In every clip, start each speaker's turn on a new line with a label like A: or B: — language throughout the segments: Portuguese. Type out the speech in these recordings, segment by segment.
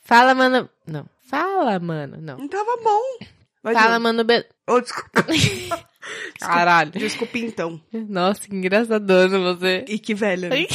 A: Fala, mano. Não. Fala, mano. Não.
B: Não tava bom. Vai
A: Fala,
B: de...
A: mano. Be...
B: Ô, desculpa.
A: Caralho.
B: Desculpa então.
A: Nossa, que engraçadona você.
B: E que velha. né?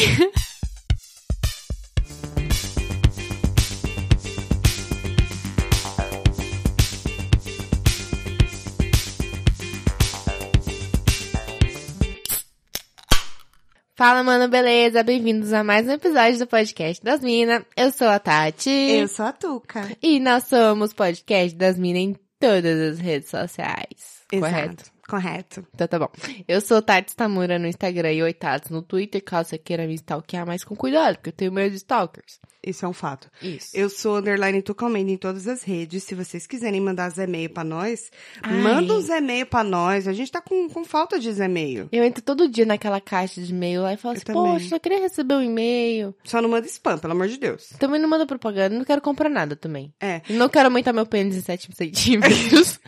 A: Fala, mano, beleza? Bem-vindos a mais um episódio do podcast das Minas. Eu sou a Tati.
B: Eu sou a Tuca.
A: E nós somos podcast das Minas em todas as redes sociais. Correto?
B: Exato. Correto.
A: Então tá bom. Eu sou Tati Tamura no Instagram e Oitados no Twitter, caso você queira me stalkear mais com cuidado, porque eu tenho medo de stalkers.
B: Isso é um fato.
A: Isso.
B: Eu sou underline Tucalmente em todas as redes. Se vocês quiserem mandar os e-mail pra nós,
A: Ai.
B: manda os e-mail pra nós. A gente tá com, com falta de e-mail.
A: Eu entro todo dia naquela caixa de e-mail lá e falo
B: Eu
A: assim,
B: também.
A: poxa, só queria receber um e-mail.
B: Só não manda spam, pelo amor de Deus.
A: Também não manda propaganda, não quero comprar nada também.
B: É.
A: Não quero aumentar meu pênis em 7 centímetros.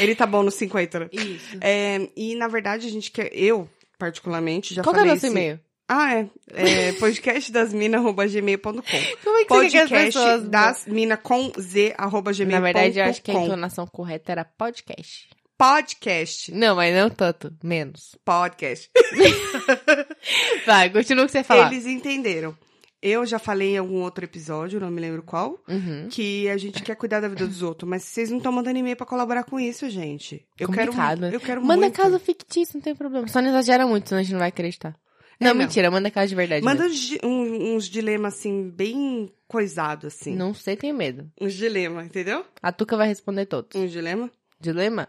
B: Ele tá bom no 50, né?
A: Isso.
B: É, e na verdade a gente quer. Eu, particularmente, já
A: Qual que é o
B: falei.
A: nosso
B: esse-
A: e-mail?
B: Ah, é. é podcastdasmina.gmail.com.
A: Como é que você quer que as pessoas...
B: Podcast das mina com Z arroba gmail.com.
A: Na verdade, eu acho que é a entonação correta era podcast.
B: podcast.
A: Não, mas não tanto. Menos.
B: Podcast.
A: Vai, continua o que você ia falar.
B: Eles entenderam. Eu já falei em algum outro episódio, não me lembro qual,
A: Uhum.
B: que a gente quer cuidar da vida dos outros, mas vocês não estão mandando e-mail pra colaborar com isso, gente. Eu
A: Complicado,
B: quero,
A: né?
B: eu quero
A: Manda
B: muito.
A: caso fictício, não tem problema. Só não exagera muito, senão a gente não vai acreditar. É, Não,
B: não.
A: mentira, manda caso de verdade.
B: Manda
A: mesmo.
B: uns, di- um- uns dilemas assim bem coisado assim.
A: Não sei, tenho medo.
B: Uns dilema, entendeu?
A: A Tuca vai responder todos.
B: Um dilema.
A: Dilema?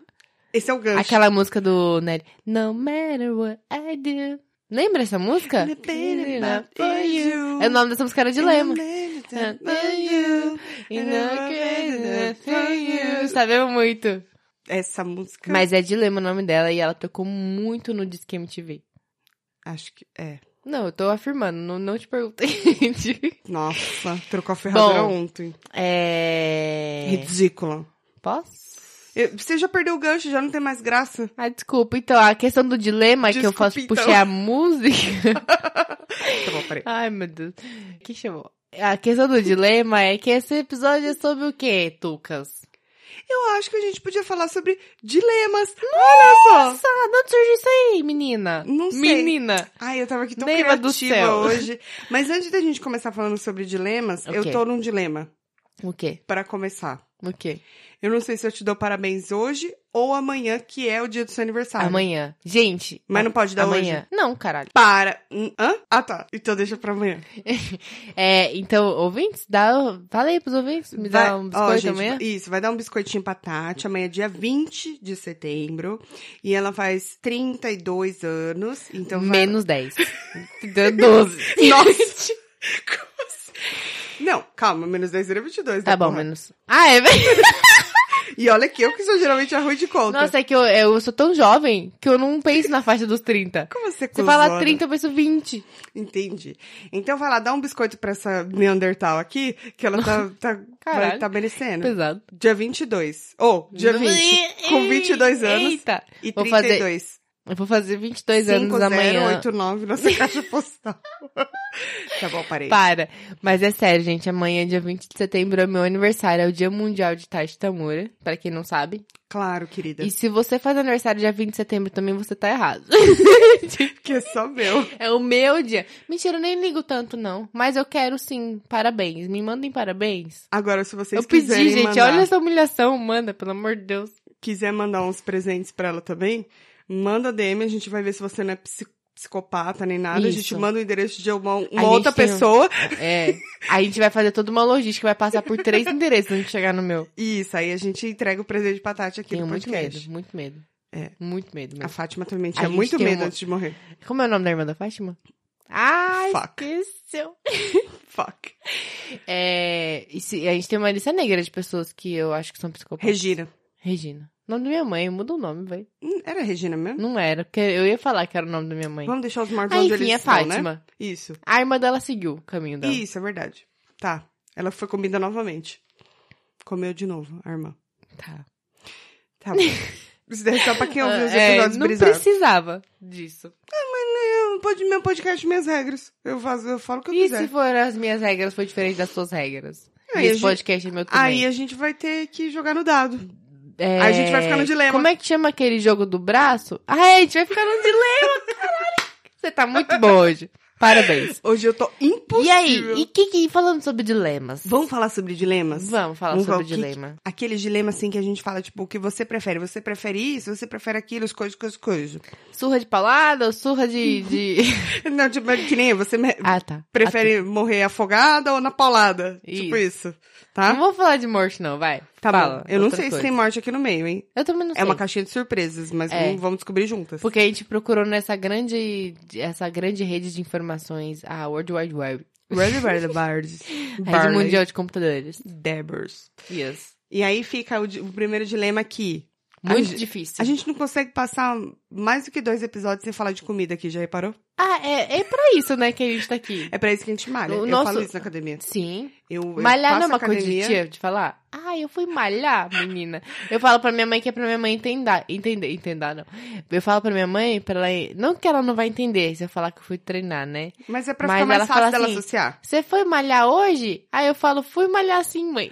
B: Esse é o gancho.
A: Aquela música do Nelly. No matter what I do. Lembra essa música? É o nome dessa música era Dilema. É. And I can't for you. Sabemos muito.
B: Essa música.
A: Mas é Dilema o nome dela e ela tocou muito no Disque MTV.
B: Acho que. É.
A: Não, eu tô afirmando, não, não te perguntei.
B: Nossa, trocou a ferradura
A: Bom.
B: ontem.
A: é.
B: Ridícula.
A: Posso?
B: Eu- Você já perdeu o gancho, já não tem mais graça.
A: Ah, desculpa. Então, a questão do dilema é que eu
B: Desculpa,
A: faço
B: então.
A: puxei a música.
B: Tá bom, peraí.
A: Ai, meu Deus. Que chamou? A questão do dilema é que esse episódio é sobre o quê, Tucas?
B: Eu acho que a gente podia falar sobre dilemas. Olha só!
A: Ah, de onde surgiu isso aí, menina?
B: Não sei.
A: Menina.
B: Ai, eu tava aqui tão
A: Neiva do
B: criativa
A: céu.
B: hoje. Mas antes da gente começar falando sobre dilemas, eu
A: Ok.
B: tô num dilema,
A: O quê?
B: Pra começar.
A: O quê?
B: Eu não sei se eu te dou parabéns hoje ou amanhã, que é o dia do seu aniversário.
A: Amanhã. Gente.
B: Mas não pode dar
A: amanhã.
B: hoje?
A: Não, caralho.
B: Para. Hum, Hã? Ah, tá. Então deixa pra amanhã.
A: É, então, ouvintes, dá. Fala aí pros ouvintes. Me dá um biscoito
B: ó, gente,
A: amanhã.
B: Isso, vai dar um biscoitinho pra Tati. Amanhã é dia 20 de setembro. E ela faz 32 anos. Então vai-
A: Menos 10. Deu 12.
B: Nossa! Como assim? Não, calma, menos 10 era 22.
A: Tá
B: né,
A: bom,
B: porra?
A: menos. Ah, é verdade.
B: E olha que eu que sou geralmente a ruim de conta.
A: Nossa, é que eu, eu sou tão jovem que eu não penso na faixa dos 30.
B: como você é
A: Você fala
B: cuzona.
A: 30, eu penso 20.
B: Entendi. Então vai lá, dá um biscoito pra essa Neandertal aqui, que ela tá, tá,
A: Caralho.
B: vai- tá merecendo.
A: Pesado.
B: Dia 22. Ou, dia 20. Com 22 anos
A: Eita.
B: e
A: Vou fazer
B: 32.
A: Eu vou fazer 22 anos amanhã.
B: 5089 nossa caixa postal. tá bom, parei.
A: Para. Mas é sério, gente. Amanhã, dia 20 de setembro, é meu aniversário. É o Dia Mundial de Tati Tamura. Pra quem não sabe.
B: Claro, querida.
A: E se você faz aniversário dia 20 de setembro também, você tá errado.
B: Que é só meu.
A: É o meu dia. Mentira, eu nem ligo tanto, não. Mas eu quero sim. Parabéns. Me mandem parabéns.
B: Agora, se vocês
A: eu pedi,
B: quiserem
A: gente.
B: mandar,
A: Olha essa humilhação. Manda, pelo amor de Deus.
B: quiser mandar uns presentes pra ela também, manda DM, a gente vai ver se você não é psi- psicopata nem nada. A gente
A: Isso.
B: manda o endereço de uma, uma
A: A gente
B: outra
A: tem um-
B: pessoa.
A: É. A gente vai fazer toda uma logística, vai passar por três endereços antes de chegar no meu.
B: Isso, aí a gente entrega o presente pra Tati aqui
A: Tenho
B: no
A: muito
B: podcast.
A: medo, muito medo.
B: É.
A: Muito medo
B: A
A: mesmo.
B: Fátima também
A: A
B: tinha
A: gente
B: muito
A: tem
B: medo
A: uma-
B: antes de morrer.
A: Como é o nome da irmã da Fátima? Ah,
B: Fuck.
A: esqueceu.
B: Fuck.
A: É, e se- a gente tem uma lista negra de pessoas que eu acho que são psicopatas.
B: Regina.
A: Regina. O nome da minha mãe, muda o nome, vai.
B: Hum, Era Regina mesmo?
A: Não era, porque eu ia falar que era o nome da minha mãe.
B: Vamos deixar os mortos
A: Ah,
B: onde
A: enfim,
B: eles
A: é
B: estão, né?
A: Fátima.
B: Isso.
A: A irmã dela seguiu o caminho dela.
B: Isso, é verdade. Tá. Ela foi comida novamente. Comeu de novo, a irmã.
A: Tá.
B: Tá bom. Isso daí é só pra quem ouviu os
A: É,
B: episódios
A: não
B: brisados.
A: precisava disso.
B: Eu, um pod- meu podcast, minhas regras. Eu, faço, eu falo o que eu
A: E
B: quiser.
A: se for as minhas regras, foi diferente das suas regras?
B: Aí a
A: Esse
B: gente-
A: podcast é meu também.
B: Aí a gente vai ter que jogar no dado.
A: É,
B: a gente vai ficar no dilema.
A: Como é que chama aquele jogo do braço? Ah, é, a gente vai ficar no dilema, caralho. Você tá muito boa hoje. Parabéns.
B: Hoje eu tô impossível.
A: E aí, e que, que- falando sobre dilemas?
B: Vamos falar sobre dilemas?
A: Vamos falar
B: Vamos
A: sobre
B: falar o que-
A: dilema.
B: Aqueles dilemas assim que a gente fala, tipo, o que você prefere? Você prefere isso? Você prefere aquilo? As coisas, coisas, coisas.
A: Surra de paulada ou surra de... de-
B: Não, tipo, é que nem eu, você me-
A: Ah, tá.
B: prefere morrer afogada ou na paulada?
A: Isso.
B: Tipo isso.
A: Ah, tá.
B: Tá?
A: Não vou falar de morte, não, vai.
B: Tá
A: Fala.
B: bom. Eu não
A: outra
B: sei se
A: coisa.
B: tem morte aqui no meio, hein?
A: Eu também não
B: É
A: sei.
B: uma caixinha de surpresas, mas
A: É.
B: vamos- vamos descobrir juntas.
A: Porque a gente procurou nessa grande, essa grande rede de informações, a World Wide Web,
B: Ready, ready, birds.
A: rede mundial de computadores.
B: Debers.
A: Yes.
B: E aí fica o, di- o primeiro dilema aqui.
A: Muito
B: gente-
A: difícil.
B: A gente não consegue passar mais do que dois episódios sem falar de comida aqui, já reparou?
A: Ah, é, é pra isso, né, que a gente tá aqui.
B: É pra isso que a gente malha.
A: O
B: eu
A: nosso-
B: falo isso na academia.
A: Sim.
B: Eu, eu
A: Malhar não é
B: faço
A: uma coisa de
B: academia.
A: tia, de falar. Ah, eu fui malhar, menina. Eu falo pra minha mãe que é pra minha mãe entender. Entender, entender não. Eu falo pra minha mãe, pra ela. Não que ela não vai entender se eu falar que eu fui treinar, né?
B: Mas é pra
A: Mas
B: ficar mais
A: ela
B: fácil
A: fala
B: dela
A: assim-
B: associar.
A: Você foi malhar hoje? Aí eu falo, fui malhar sim, mãe.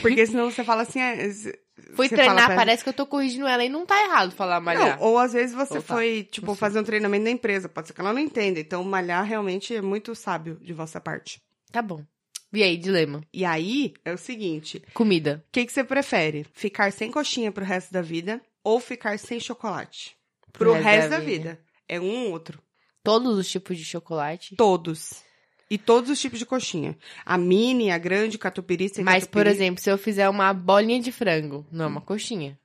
B: Porque senão você fala assim... é, z-
A: Fui
B: você fala
A: treinar,
B: pra-
A: parece que eu tô corrigindo ela e não tá errado falar malhar.
B: Não, ou às vezes você
A: Ou tá.
B: foi, tipo,
A: Não sei.
B: fazer um treinamento na empresa. Pode ser que ela não entenda. Então, malhar realmente é muito sábio de vossa parte.
A: Tá bom. E aí, dilema?
B: E aí, é o seguinte.
A: Comida.
B: O que, que você prefere? Ficar sem coxinha pro resto da vida ou ficar sem chocolate? Pro, resto, da, vida. É um ou outro.
A: Todos os tipos de chocolate.
B: Todos. E todos os tipos de coxinha. A mini, a grande, catupiry, sem
A: Mas, por
B: catupiry.
A: exemplo, se eu fizer uma bolinha de frango, não é
B: Hum.
A: uma coxinha.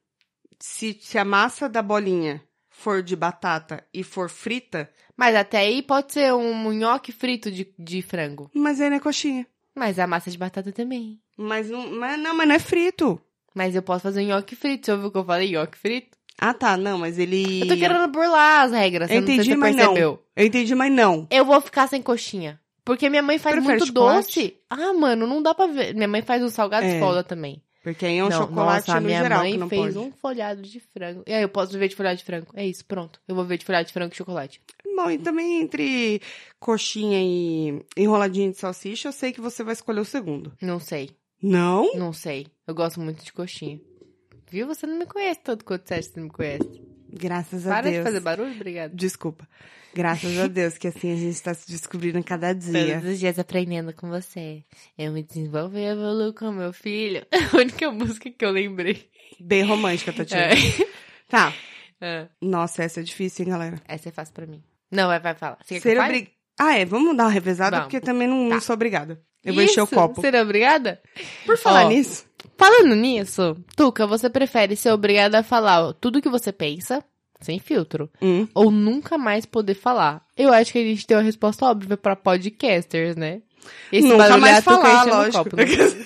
B: Se, se a massa da bolinha for de batata e for frita,
A: Mas até aí pode ser um nhoque frito de, de frango.
B: mas aí não é coxinha.
A: Mas a massa de batata também.
B: Mas não, mas, não, mas não é frito.
A: Mas eu posso fazer um nhoque frito. Você ouviu o que eu falei? Nhoque frito?
B: Ah, tá. Não, mas ele...
A: Eu tô querendo burlar as regras. Você
B: Eu
A: não sei
B: entendi,
A: se você
B: mas não.
A: percebeu.
B: Eu entendi, mas não.
A: Eu vou ficar sem coxinha. Porque minha mãe faz
B: Prefere
A: muito
B: chocolate?
A: doce. Ah, mano, não dá pra ver. Minha mãe faz um salgado de
B: É.
A: foda também.
B: Porque aí é um
A: não,
B: chocolate
A: nossa, a
B: no
A: minha
B: geral que
A: mãe
B: não
A: fez
B: pode.
A: um folhado de frango. E aí, eu posso viver de folhado de frango. É isso, pronto. Eu vou viver de folhado de frango e chocolate.
B: Bom, e também entre coxinha e enroladinha de salsicha, eu sei que você vai escolher o segundo.
A: Não sei,
B: Não?
A: não sei. Eu gosto muito de coxinha. Viu? Você não me conhece tanto quanto você acha que você me conhece.
B: Graças a
A: Para
B: Deus.
A: de fazer barulho, obrigada.
B: Desculpa. Graças a Deus, que assim a gente tá se descobrindo a cada dia.
A: Todos os dias aprendendo com você. Eu me desenvolvo e evoluo com meu filho. A única música que eu lembrei.
B: Bem romântica, Tatiana.
A: É.
B: Tá.
A: Ah,
B: Nossa, essa é difícil, hein, galera?
A: Essa é fácil pra mim. Não, vai, vai falar. Você quer que
B: Ser
A: eu fale?
B: obrig... Ah, é, vamos dar uma revezada,
A: Vamos.
B: porque também não, não
A: Tá.
B: sou obrigada. Eu vou encher o
A: Isso,
B: copo.
A: Será obrigada?
B: Por falar
A: Ó,
B: nisso,
A: Falando nisso, Tuca, você prefere ser obrigada a falar tudo que você pensa, sem filtro,
B: hum,
A: ou nunca mais poder falar? Eu acho que a gente tem uma resposta óbvia pra podcasters, né?
B: nunca
A: barulho é
B: mais
A: a Tuca
B: falar,
A: enchendo o
B: lógico.
A: copo, né?
B: eu, quero...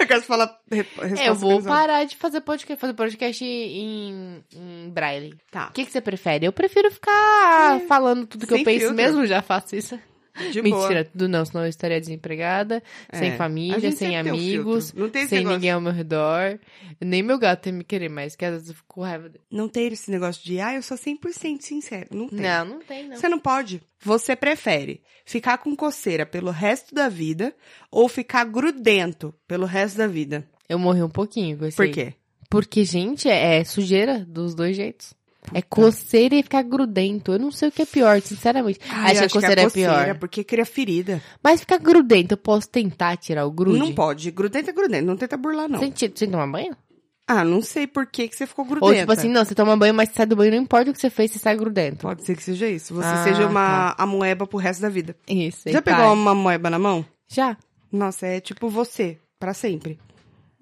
B: eu quero falar re- resposta
A: É, eu vou
B: organizada.
A: parar de fazer podcast, fazer podcast em, em braille.
B: Tá,
A: O que, que você prefere? Eu prefiro ficar falando tudo que eu
B: Sem
A: penso
B: filtro.
A: mesmo, já faço isso.
B: de boa.
A: Mentira, tudo não, senão eu estaria desempregada, sem
B: É. A
A: família,
B: gente
A: sem
B: sempre tem um
A: amigos.
B: filtro. não tem esse
A: sem
B: negócio.
A: ninguém ao meu redor. Nem meu gato tem me querer mais, que às vezes eu fico com raiva dele.
B: Não tem esse negócio de, ah, eu sou 100% sincero. Não tem.
A: Não, não tem, não.
B: Você não pode. Você prefere ficar com coceira pelo resto da vida ou ficar grudento pelo resto da vida?
A: Eu morri um pouquinho com esse
B: Por
A: aí.
B: quê?
A: Porque, gente, é, é sujeira dos dois jeitos. É coceira e ficar grudento. Eu não sei o que é pior, sinceramente.
B: Ai,
A: Acho que a coceira é pior.
B: porque cria ferida.
A: Mas ficar grudento, eu posso tentar tirar o grude?
B: Não pode. Grudento é grudento. Não tenta burlar, não.
A: Sem, ti- sem tomar banho?
B: Ah, não sei por que, que você ficou grudenta.
A: Ou tipo assim, não, você toma banho, mas você sai do banho, não importa o que você fez, você sai grudento.
B: Pode ser que seja isso. Você
A: Ah,
B: seja uma amoeba pro resto da vida.
A: Isso, aí
B: Já
A: para.
B: pegou uma amoeba na mão?
A: Já.
B: Nossa, é tipo você. Pra sempre.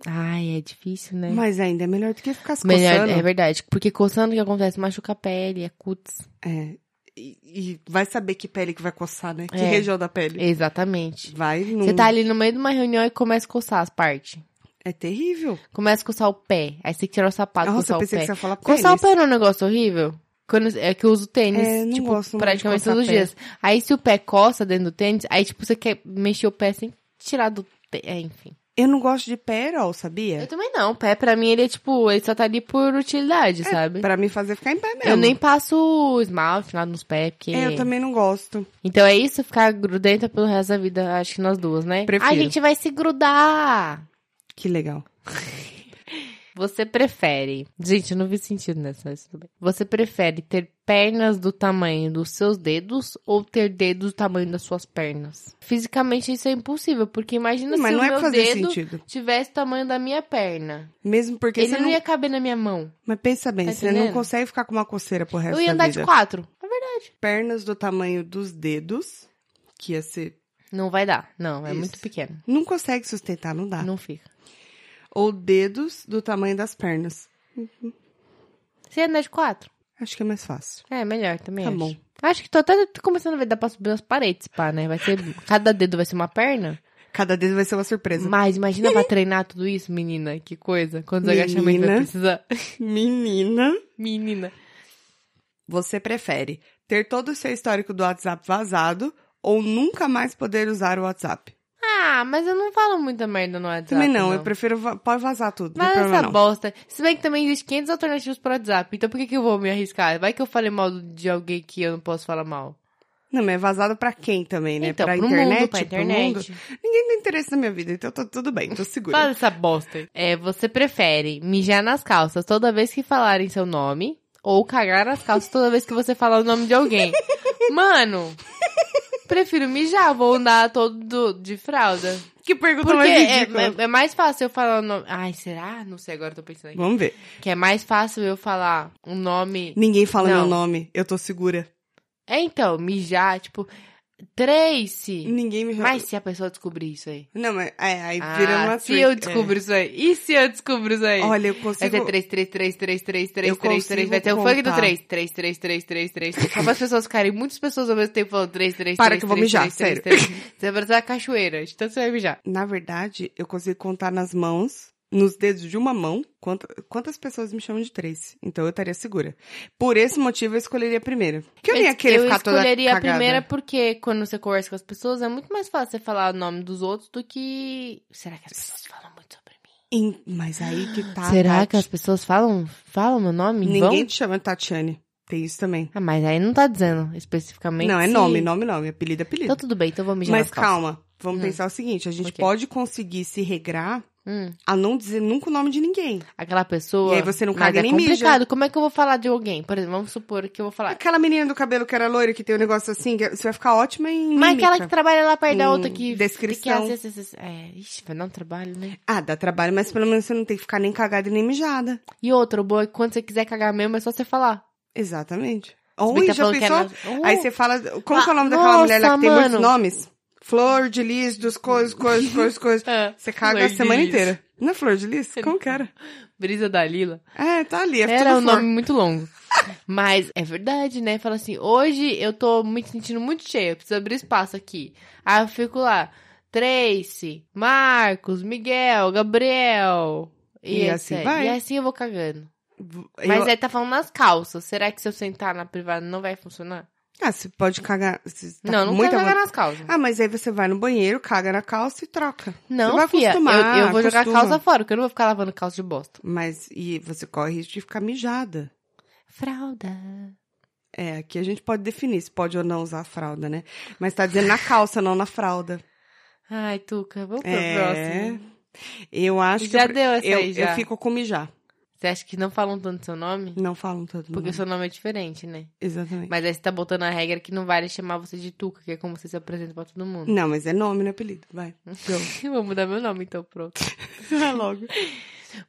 A: Ai, é difícil, né?
B: Mas ainda é melhor do que ficar se
A: Melhor,
B: coçando.
A: é verdade. Porque coçando o que acontece? Machuca a pele, é cutis.
B: É. E, e vai saber que pele que vai coçar, né? Que
A: É.
B: região da pele.
A: Exatamente.
B: Vai num...
A: Você tá ali no meio de uma reunião e começa a coçar as partes.
B: É terrível.
A: Começa a coçar o pé. Aí você tem que tirar o sapato,
B: Nossa, eu
A: coçar o
B: pensei que
A: pé.
B: você ia falar pênis.
A: Coçar o pé não é um negócio horrível? Quando, é que eu uso tênis,
B: É, não
A: tipo,
B: gosto muito de
A: praticamente
B: coçar
A: todos os
B: pé.
A: dias. Aí se o pé coça dentro do tênis, aí tipo, você quer mexer o pé sem tirar do tênis. É, enfim.
B: Eu não gosto de perol, sabia?
A: Eu também não. O pé, pra mim, ele é tipo, ele só tá ali por utilidade,
B: É,
A: sabe?
B: Pra me fazer ficar em pé mesmo.
A: Eu nem passo esmalte lá nos pés, porque...
B: É, eu também não gosto.
A: Então é isso, ficar grudenta pelo resto da vida, acho que nós duas, né?
B: Prefiro.
A: A gente vai se grudar!
B: Que legal.
A: Você prefere. Gente, eu não vi sentido nessa, mas tudo bem. Você prefere ter pernas do tamanho dos seus dedos ou ter dedos do tamanho das suas pernas? Fisicamente isso é impossível, porque imagina
B: Mas
A: se
B: não
A: o
B: é
A: meu
B: pra fazer
A: dedo
B: sentido.
A: tivesse o tamanho da minha perna.
B: Mesmo porque
A: Ele
B: você
A: não,
B: não...
A: ia caber na minha mão.
B: Mas pensa bem,
A: Tá
B: você não
A: entendendo?
B: consegue ficar com uma coceira pro resto
A: eu ia
B: da
A: andar
B: vida.
A: de quatro.
B: Pernas do tamanho dos dedos, que ia ser...
A: Não vai dar. Não, é
B: Isso. Tá.
A: muito pequeno.
B: Não consegue sustentar, não dá.
A: Não fica.
B: Ou dedos do tamanho das pernas.
A: Você ia andar de quatro?
B: Acho que é mais fácil.
A: É, melhor também.
B: Tá
A: acho.
B: bom.
A: Acho que tô até começando a ver, dá pra subir nas paredes, pá, né? Vai ser. Cada dedo vai ser uma perna?
B: Cada dedo vai ser uma surpresa.
A: Mas imagina pra treinar tudo isso, menina. Que coisa. Quantos
B: Menina.
A: agachamentos vai precisar?
B: Menina...
A: Menina.
B: Você prefere ter todo o seu histórico do WhatsApp vazado ou nunca mais poder usar o WhatsApp?
A: Ah, mas eu não falo muita merda no WhatsApp.
B: Também não,
A: não.
B: eu prefiro. va- Pode vazar tudo, não
A: Mas tá
B: tem
A: essa
B: problema não.
A: bosta. Se bem que também existe 500 alternativas pro WhatsApp. Então por que, que eu vou me arriscar? Vai que eu falei mal de alguém que eu não posso falar mal.
B: Não, mas é vazado pra quem também, né?
A: então,
B: pra
A: pro
B: internet,
A: mundo, pra
B: pro mundo.
A: internet.
B: Ninguém tem interesse na minha vida, então tá tudo bem, tô
A: Fala
B: segura.
A: essa bosta. aí. É, você prefere mijar nas calças toda vez que falarem seu nome ou cagar nas calças toda vez que você falar o nome de alguém? Mano, prefiro mijar, vou andar todo de fralda.
B: que pergunta
A: Porque
B: mais
A: é,
B: ridícula.
A: é- é mais fácil eu falar o nome. Ai, será? Não sei, agora eu tô pensando aqui.
B: Vamos ver.
A: Que é mais fácil eu falar um nome.
B: Ninguém fala
A: Não.
B: meu nome, eu tô segura.
A: É então, mijar, tipo, Tracy.
B: Ninguém me
A: Mas se a pessoa descobrir isso aí?
B: Não, mas é, aí
A: Ah,
B: vira uma
A: se
B: tri-
A: eu
B: é.
A: descubro isso aí? E se eu descubro isso aí?
B: Olha, eu
A: Vai
B: consigo.
A: ser 3, 3, 3, 3, 3, 3,
B: Eu
A: 3, 3. Vai
B: consigo
A: ter o funk do
B: contar.
A: 3. 3, 3, 3, 3, 3, 3. Só para as pessoas ficarem, muitas pessoas ao mesmo tempo falando 3, 3, 3.
B: Para que eu vou mijar, sério.
A: Você vai precisar da cachoeira, de tanto você vai mijar.
B: Na verdade, eu consigo contar nas mãos, nos dedos de uma mão, quant- quantas pessoas me chamam de Trace. Então eu estaria segura. Por esse motivo, eu escolheria a primeira. Porque eu não ia querer
A: É, eu
B: ficar toda
A: escolheria a
B: cagada.
A: primeira porque quando você conversa com as pessoas é muito mais fácil você falar o nome dos outros do que. Será que as pessoas falam muito sobre mim?
B: Em- Mas aí que tá.
A: Será que as
B: Tati.
A: pessoas falam, falam meu nome? em
B: Ninguém
A: vão?
B: te chama de Tatiane. Tem isso também.
A: Ah, mas aí não tá dizendo especificamente.
B: não, é
A: se-
B: nome, nome, nome. Apelido, é apelido.
A: Então tudo bem, então vou mijar.
B: Mas
A: nas calças.
B: calma. Vamos
A: Hum.
B: pensar o seguinte: a gente
A: Ok.
B: pode conseguir se regrar
A: Hum,
B: a não dizer nunca o nome de ninguém.
A: aquela pessoa.
B: E aí você não
A: Mas
B: caga
A: é
B: nem mija.
A: complicado. Como é que eu vou falar de alguém? Por exemplo, vamos supor que eu vou falar.
B: Aquela menina do cabelo que era loira, que tem um negócio assim, que você vai ficar ótima em.
A: Mas
B: mímica.
A: aquela que tá- trabalha lá perto da
B: Hum,
A: outra que.
B: descrição.
A: Que, que, é, ixi, vai dar um trabalho, né?
B: Ah, dá trabalho, mas pelo menos você não tem que ficar nem cagada e nem mijada.
A: E outra, o bom é que quando você quiser cagar mesmo, é só você falar.
B: Exatamente.
A: Se bem
B: Oi,
A: que tá
B: já
A: falando que
B: pensou?
A: é no-
B: Aí você fala. Como que é o nome
A: Ah,
B: daquela mulher lá que tem
A: nossa,
B: muitos
A: mano.
B: nomes? Flor de lis, dos coisas, coisas, coisas, coisas.
A: É,
B: Você caga
A: Flor
B: a
A: de
B: semana
A: Lis.
B: inteira. Não é flor de lis? Como que era?
A: Brisa da Lila.
B: É, tá ali. É
A: Era
B: tudo
A: um
B: flor.
A: nome muito longo. Mas é verdade, né? Fala assim, hoje eu tô me sentindo muito cheia, eu preciso abrir espaço aqui. Aí eu fico lá, Tracy, Marcos, Miguel, Gabriel. E,
B: E assim
A: etc.
B: vai.
A: E assim eu vou cagando.
B: Eu-
A: Mas aí tá falando nas calças. Será que se eu sentar na privada não vai funcionar?
B: Ah, você pode cagar. você tá
A: não,
B: com
A: não
B: muita
A: quero cagar
B: vontade.
A: nas calças.
B: Ah, mas aí você vai no banheiro, caga na calça e troca. você
A: não,
B: vai
A: fia. Eu,
B: acostumar,
A: eu vou jogar a
B: acostuma.
A: calça fora, porque eu não vou ficar lavando calça de bosta.
B: Mas e você corre risco de ficar mijada.
A: Fralda.
B: É, aqui a gente pode definir se pode ou não usar a fralda, né? Mas tá dizendo na calça, não na fralda.
A: Ai, Tuca, vamos pro
B: É.
A: próximo.
B: Eu acho que.
A: Já
B: eu, pre-
A: deu essa
B: eu,
A: aí,
B: eu
A: já.
B: fico com mijar.
A: Você acha que não falam tanto seu nome?
B: Não falam tanto.
A: Porque
B: nome.
A: seu nome é diferente, né?
B: Exatamente.
A: Mas aí você tá botando a regra que não vale chamar você de Tuca, que é como você se apresenta pra todo mundo.
B: Não, mas é nome, não é apelido. Vai.
A: Vou mudar meu nome, então pronto.
B: Vai logo.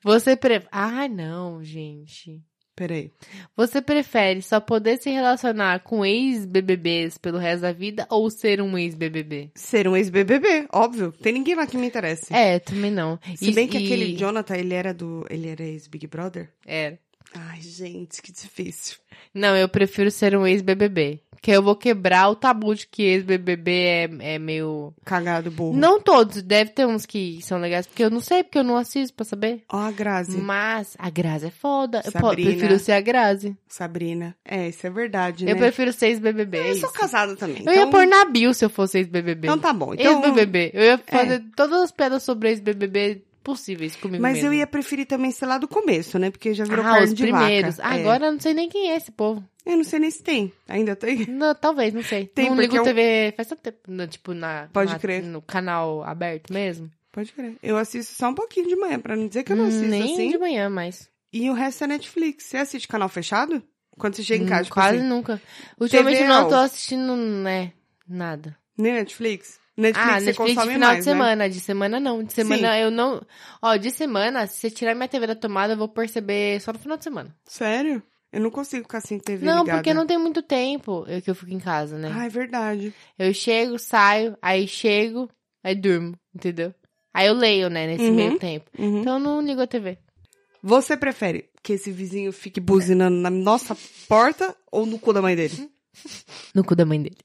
A: Você pre... Ah, não, gente.
B: Peraí.
A: Você prefere só poder se relacionar com ex-BBBs pelo resto da vida ou ser um ex-BBB?
B: Ser um ex-BBB, óbvio. Tem ninguém lá que me interessa.
A: É, também não.
B: Se bem que aquele Jonathan, ele era do. Ele era ex-Big Brother?
A: É.
B: Ai, gente, que difícil.
A: Não, eu prefiro ser um ex-BBB. Que eu vou quebrar o tabu de que ex-BBB é, é meio.
B: Cagado burro.
A: Não todos, deve ter uns que são legais, porque eu não sei, porque eu não assisto pra saber.
B: Ó a Grazi,
A: Hum. Mas a Grazi é foda. Eu po-
B: Sabrina.
A: prefiro ser a Grazi.
B: Sabrina. É, isso é verdade,
A: Eu
B: né?
A: prefiro ser ex-BBB. é
B: Eu sou
A: isso.
B: casada também.
A: Eu ia
B: então-
A: pôr na bio se eu fosse ex-BBB.
B: Então tá bom. Então,
A: Ex-BBB. Eu ia fazer todas as pedras sobre ex-BBB possíveis comigo
B: mas eu
A: mesma.
B: ia preferir também ser lá do começo, né? Porque já virou
A: Ah,
B: carne
A: os
B: de
A: primeiros.
B: vaca.
A: Ah,
B: É.
A: Agora eu não sei nem quem é esse povo.
B: Eu não sei nem se tem. Ainda tem?
A: Não, talvez, não sei.
B: Tem,
A: não
B: porque
A: ligo
B: eu-
A: TV faz tanto tempo. no- tipo, na,
B: Pode
A: na-
B: crer.
A: no canal aberto mesmo.
B: Pode crer. Eu assisto só um pouquinho de manhã, pra não dizer que eu não assisto
A: Hum, Nem
B: assim.
A: de manhã mais.
B: E o resto é Netflix. Você assiste canal fechado? Quando você chega em
A: Hum,
B: casa, tipo
A: Quase
B: assim,
A: nunca. Ultimamente
B: TV
A: eu não
B: ao-
A: tô assistindo, né? Nada.
B: nem Netflix? Netflix
A: ah,
B: você
A: Netflix de
B: consome
A: final
B: mais,
A: de
B: né?
A: semana. De semana não. De semana eu não. Ó, de semana, se você tirar minha TV da tomada, eu vou perceber só no final de semana.
B: Sério? Eu não consigo ficar sem TV
A: não,
B: ligada.
A: porque não tem muito tempo eu- que eu fico em casa, né?
B: Ah, é verdade.
A: Eu chego, saio, aí chego, aí durmo, entendeu? Aí eu leio, né, nesse
B: Uhum.
A: meio tempo.
B: Uhum.
A: Então eu não ligo a TV.
B: Você prefere que esse vizinho fique buzinando na nossa porta ou no cu da mãe dele?
A: No cu da mãe dele.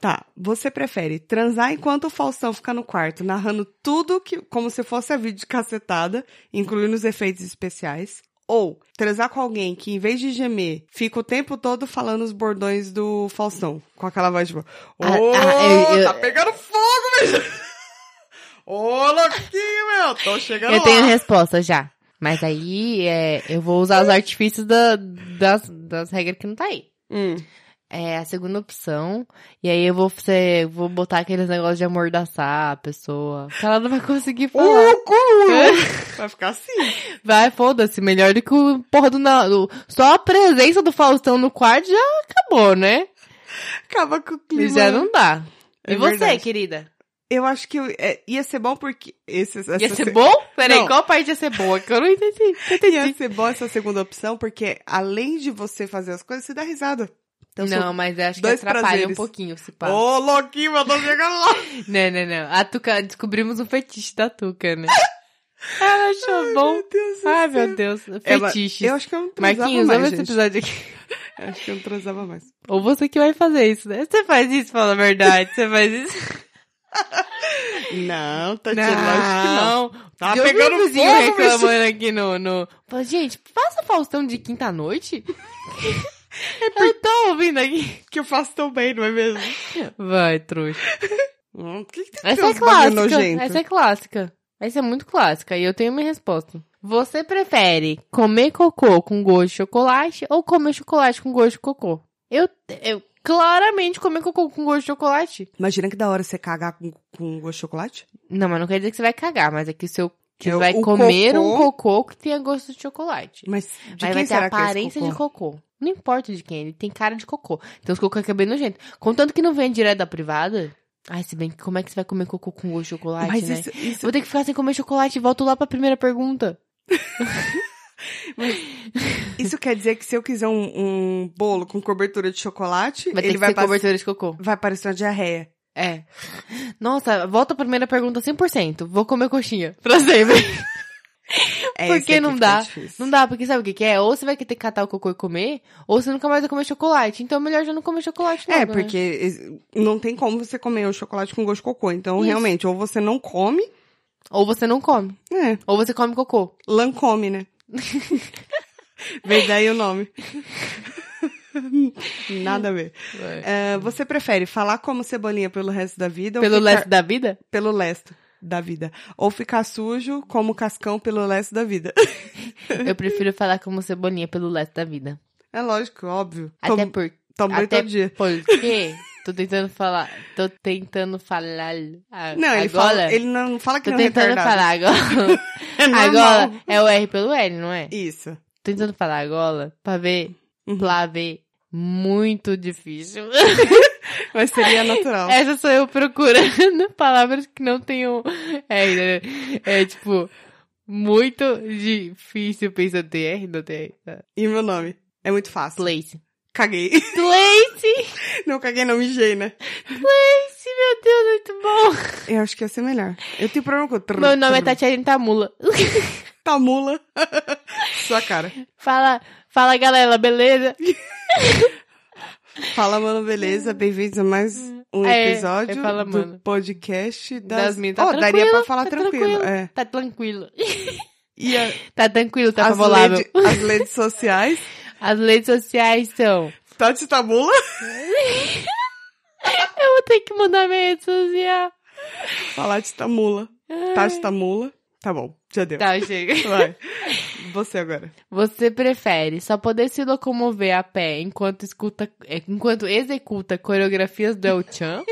B: Tá. Você prefere transar enquanto o Faustão fica no quarto, narrando tudo que, como se fosse a vídeo de cacetada, incluindo os efeitos especiais? Ou transar com alguém que, em vez de gemer, fica o tempo todo falando os bordões do Faustão, com aquela voz tipo: Ô,
A: Ah, ah, eu- eu-
B: tá pegando fogo, bicho! Ô, louquinho, meu! Tô chegando
A: eu tenho
B: lá!
A: resposta já. Mas aí é, eu vou usar os artifícios da- das, das regras que não tá aí.
B: Hum.
A: É a segunda opção. E aí eu vou, ser, vou botar aqueles negócios de amordaçar a pessoa. Que ela não vai conseguir falar.
B: Uh, cu! Vai ficar assim.
A: Vai, foda-se. Melhor do que o porra do, na- do. Só a presença do Faustão no quarto já acabou, né?
B: Acaba com o clima.
A: Já não dá. E
B: É
A: você,
B: verdade.
A: querida?
B: Eu acho que eu- é, ia ser bom porque. Esse, essa
A: Ia ser
B: se-
A: bom? Peraí,
B: Não.
A: qual parte ia ser boa? Que eu não entendi. Não entendi.
B: Ia ser bom essa segunda opção, porque além de você fazer as coisas, você dá risada. Então,
A: não, mas eu acho que
B: dois
A: atrapalha um
B: prazeres. Oh.
A: pouquinho se
B: Ô,
A: passa.
B: louquinho, eu tô chegando lá.
A: Não, não, não. A Tuca, descobrimos um fetiche da Tuca, né? Ela achou bom.
B: Meu Deus.
A: Ai, meu Deus.
B: Ela-
A: Fetiche.
B: Eu acho que eu não transava
A: Marquinhos,
B: mais,
A: ama esse
B: gente.
A: episódio aqui.
B: Eu acho que eu não transava mais.
A: Ou você que vai fazer isso, né? Você faz isso, fala a verdade. Você faz isso.
B: Não, tá Tá
A: Eu vi um
B: pegando
A: vizinho
B: fogo,
A: reclamando aqui no... no... Fala, Gente, passa Faustão de quinta-noite? Eu tô ouvindo aqui.
B: Que eu faço tão bem, não é mesmo?
A: Vai, trouxa.
B: Hum, Por que, que tem que
A: Essa
B: ter
A: é
B: uns bagulho
A: clássica.
B: nojento?
A: Essa é clássica. Essa é muito clássica. E eu tenho minha resposta. Você prefere comer cocô com gosto de chocolate ou comer chocolate com gosto de cocô? Eu, eu claramente comer cocô com gosto de chocolate.
B: Imagina que da hora você cagar com, com gosto de chocolate.
A: Não, mas não quer dizer que você vai cagar, mas é que o seu que
B: É,
A: você vai
B: o
A: comer um
B: cocô-
A: cocô que tenha gosto de chocolate.
B: Mas de
A: Aí
B: quem
A: vai ter
B: será
A: a
B: que é esse
A: aparência
B: cocô?
A: de cocô. Não importa de quem, ele tem cara de cocô. Tem uns cocô que é bem nojento. Contanto que não vem direto da privada. Ai, se bem que como é que você vai comer cocô com gosto de chocolate,
B: Mas
A: né?
B: isso, isso
A: Vou ter que ficar sem comer chocolate. Volto lá pra primeira pergunta.
B: Isso quer dizer que se eu quiser um, um bolo com cobertura de chocolate,
A: Vai ter
B: ele
A: que
B: vai,
A: ser
B: pass-
A: cobertura de cocô.
B: vai parecer uma diarreia.
A: É. Nossa, volta à primeira pergunta 100%. Vou comer coxinha. Pra sempre.
B: É,
A: Por
B: esse
A: que
B: aqui
A: não
B: fica
A: dá?
B: difícil.
A: Não dá, porque sabe o que que é? Ou você vai ter que catar o cocô e comer, ou você nunca mais vai comer chocolate. Então é melhor já não comer chocolate logo,
B: É,
A: né?
B: porque es- não tem como você comer o chocolate com gosto de cocô. Então,
A: Isso.
B: realmente, ou você não come,
A: Ou você não come.
B: é,
A: Ou você come cocô.
B: lã come, né? Vem daí o nome. Nada a ver. É, você prefere falar como cebolinha pelo resto da vida
A: Pelo
B: ou ficar-
A: leste da vida?
B: pelo resto da vida? Ou ficar sujo como cascão pelo resto da vida?
A: Eu prefiro falar como cebolinha pelo leste da vida.
B: É lógico, óbvio.
A: Até
B: Tom-
A: por
B: Tom Brady
A: até-
B: todo dia.
A: porque tô tentando falar. Tô tentando falar. a-
B: Não, ele,
A: agora.
B: fala, ele não fala que
A: Tô
B: não é
A: tentando
B: retardado.
A: falar agora.
B: É normal.
A: Agora é o R pelo L, não é?
B: Isso.
A: Tô tentando falar agora pra ver,
B: Uhum.
A: pra ver. Muito difícil.
B: Mas
A: É.
B: seria natural.
A: Essa sou eu procurando palavras que não tenham. É, né? é tipo. Muito difícil pensar TR, não tem. tá?
B: E meu nome? É muito fácil.
A: Place.
B: Caguei.
A: Place!
B: Não caguei, não mijei, né?
A: Place, meu Deus, é muito bom. é
B: Eu acho que ia ser melhor. Eu tenho problema com...
A: Meu nome é Tatiana Tamula.
B: Tamula. tá sua cara.
A: Fala, fala galera, beleza?
B: Fala, mano, beleza? Bem-vindos a mais um
A: Hum. É,
B: episódio
A: é, fala,
B: do
A: mano.
B: podcast das,
A: Das minhas. Tá
B: Ó, daria pra
A: tranquilo,
B: falar
A: tá
B: tranquilo.
A: tranquilo.
B: É.
A: Tá tranquilo.
B: E a-
A: Tá tranquilo, tá
B: as,
A: favorável.
B: lede- as redes sociais.
A: As redes sociais são.
B: Tati tá Tabula.
A: Eu vou ter que mudar minha rede social.
B: Falar de Tamula. tá Tati Tamula. Tá bom, já deu.
A: Tá, chega.
B: Vai. Você agora.
A: Você prefere só poder se locomover a pé enquanto escuta, é, enquanto executa coreografias do El Chan?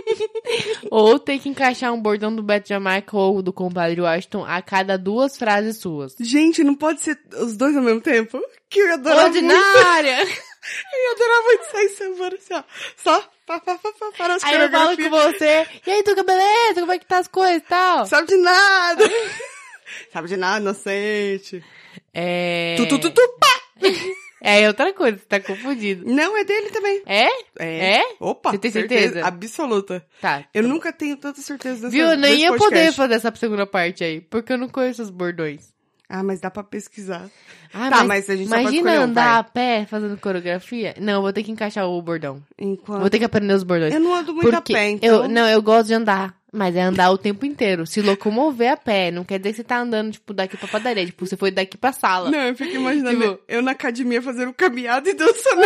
A: ou ter que encaixar um bordão do Beto Jamaica ou do compadre Washington a cada duas frases suas?
B: Gente, não pode ser os dois ao mesmo tempo? Que eu ia adorar muito.
A: Ordinária!
B: Eu ia adorar muito sair sambando assim, ó. Só pá, pá, pá, pá, para as
A: Aí eu falo com
B: coreografias.
A: você, e aí, Tuca, beleza? Como é que tá as coisas e tal?
B: Sabe de nada. Sabe de nada, inocente.
A: É...
B: Tu, tu, tu, tu, pá.
A: É outra coisa, você tá confundido.
B: Não, é dele também.
A: É?
B: É.
A: É?
B: Opa,
A: Você tem certeza?
B: absoluta.
A: Tá.
B: Eu nunca tenho tanta certeza dessa
A: Viu? Eu nem
B: desse
A: ia poder
B: podcast.
A: fazer essa segunda parte aí, porque eu não conheço os bordões.
B: Ah, mas dá pra pesquisar.
A: Ah,
B: tá, mas, a gente só pode
A: Imagina
B: escolher um,
A: andar
B: vai.
A: a pé fazendo coreografia? Não, eu vou ter que encaixar o bordão. Vou
B: Enquanto...
A: ter que aprender os bordões.
B: Eu não ando muito a
A: Porque
B: pé, então...
A: eu, não, eu gosto de andar. Mas é andar o tempo inteiro. Se locomover a pé. Não quer dizer que você tá andando, tipo, daqui pra padaria. Tipo, você foi daqui pra sala.
B: Não, eu fico imaginando
A: Tipo-
B: eu na academia fazendo caminhada e dançando.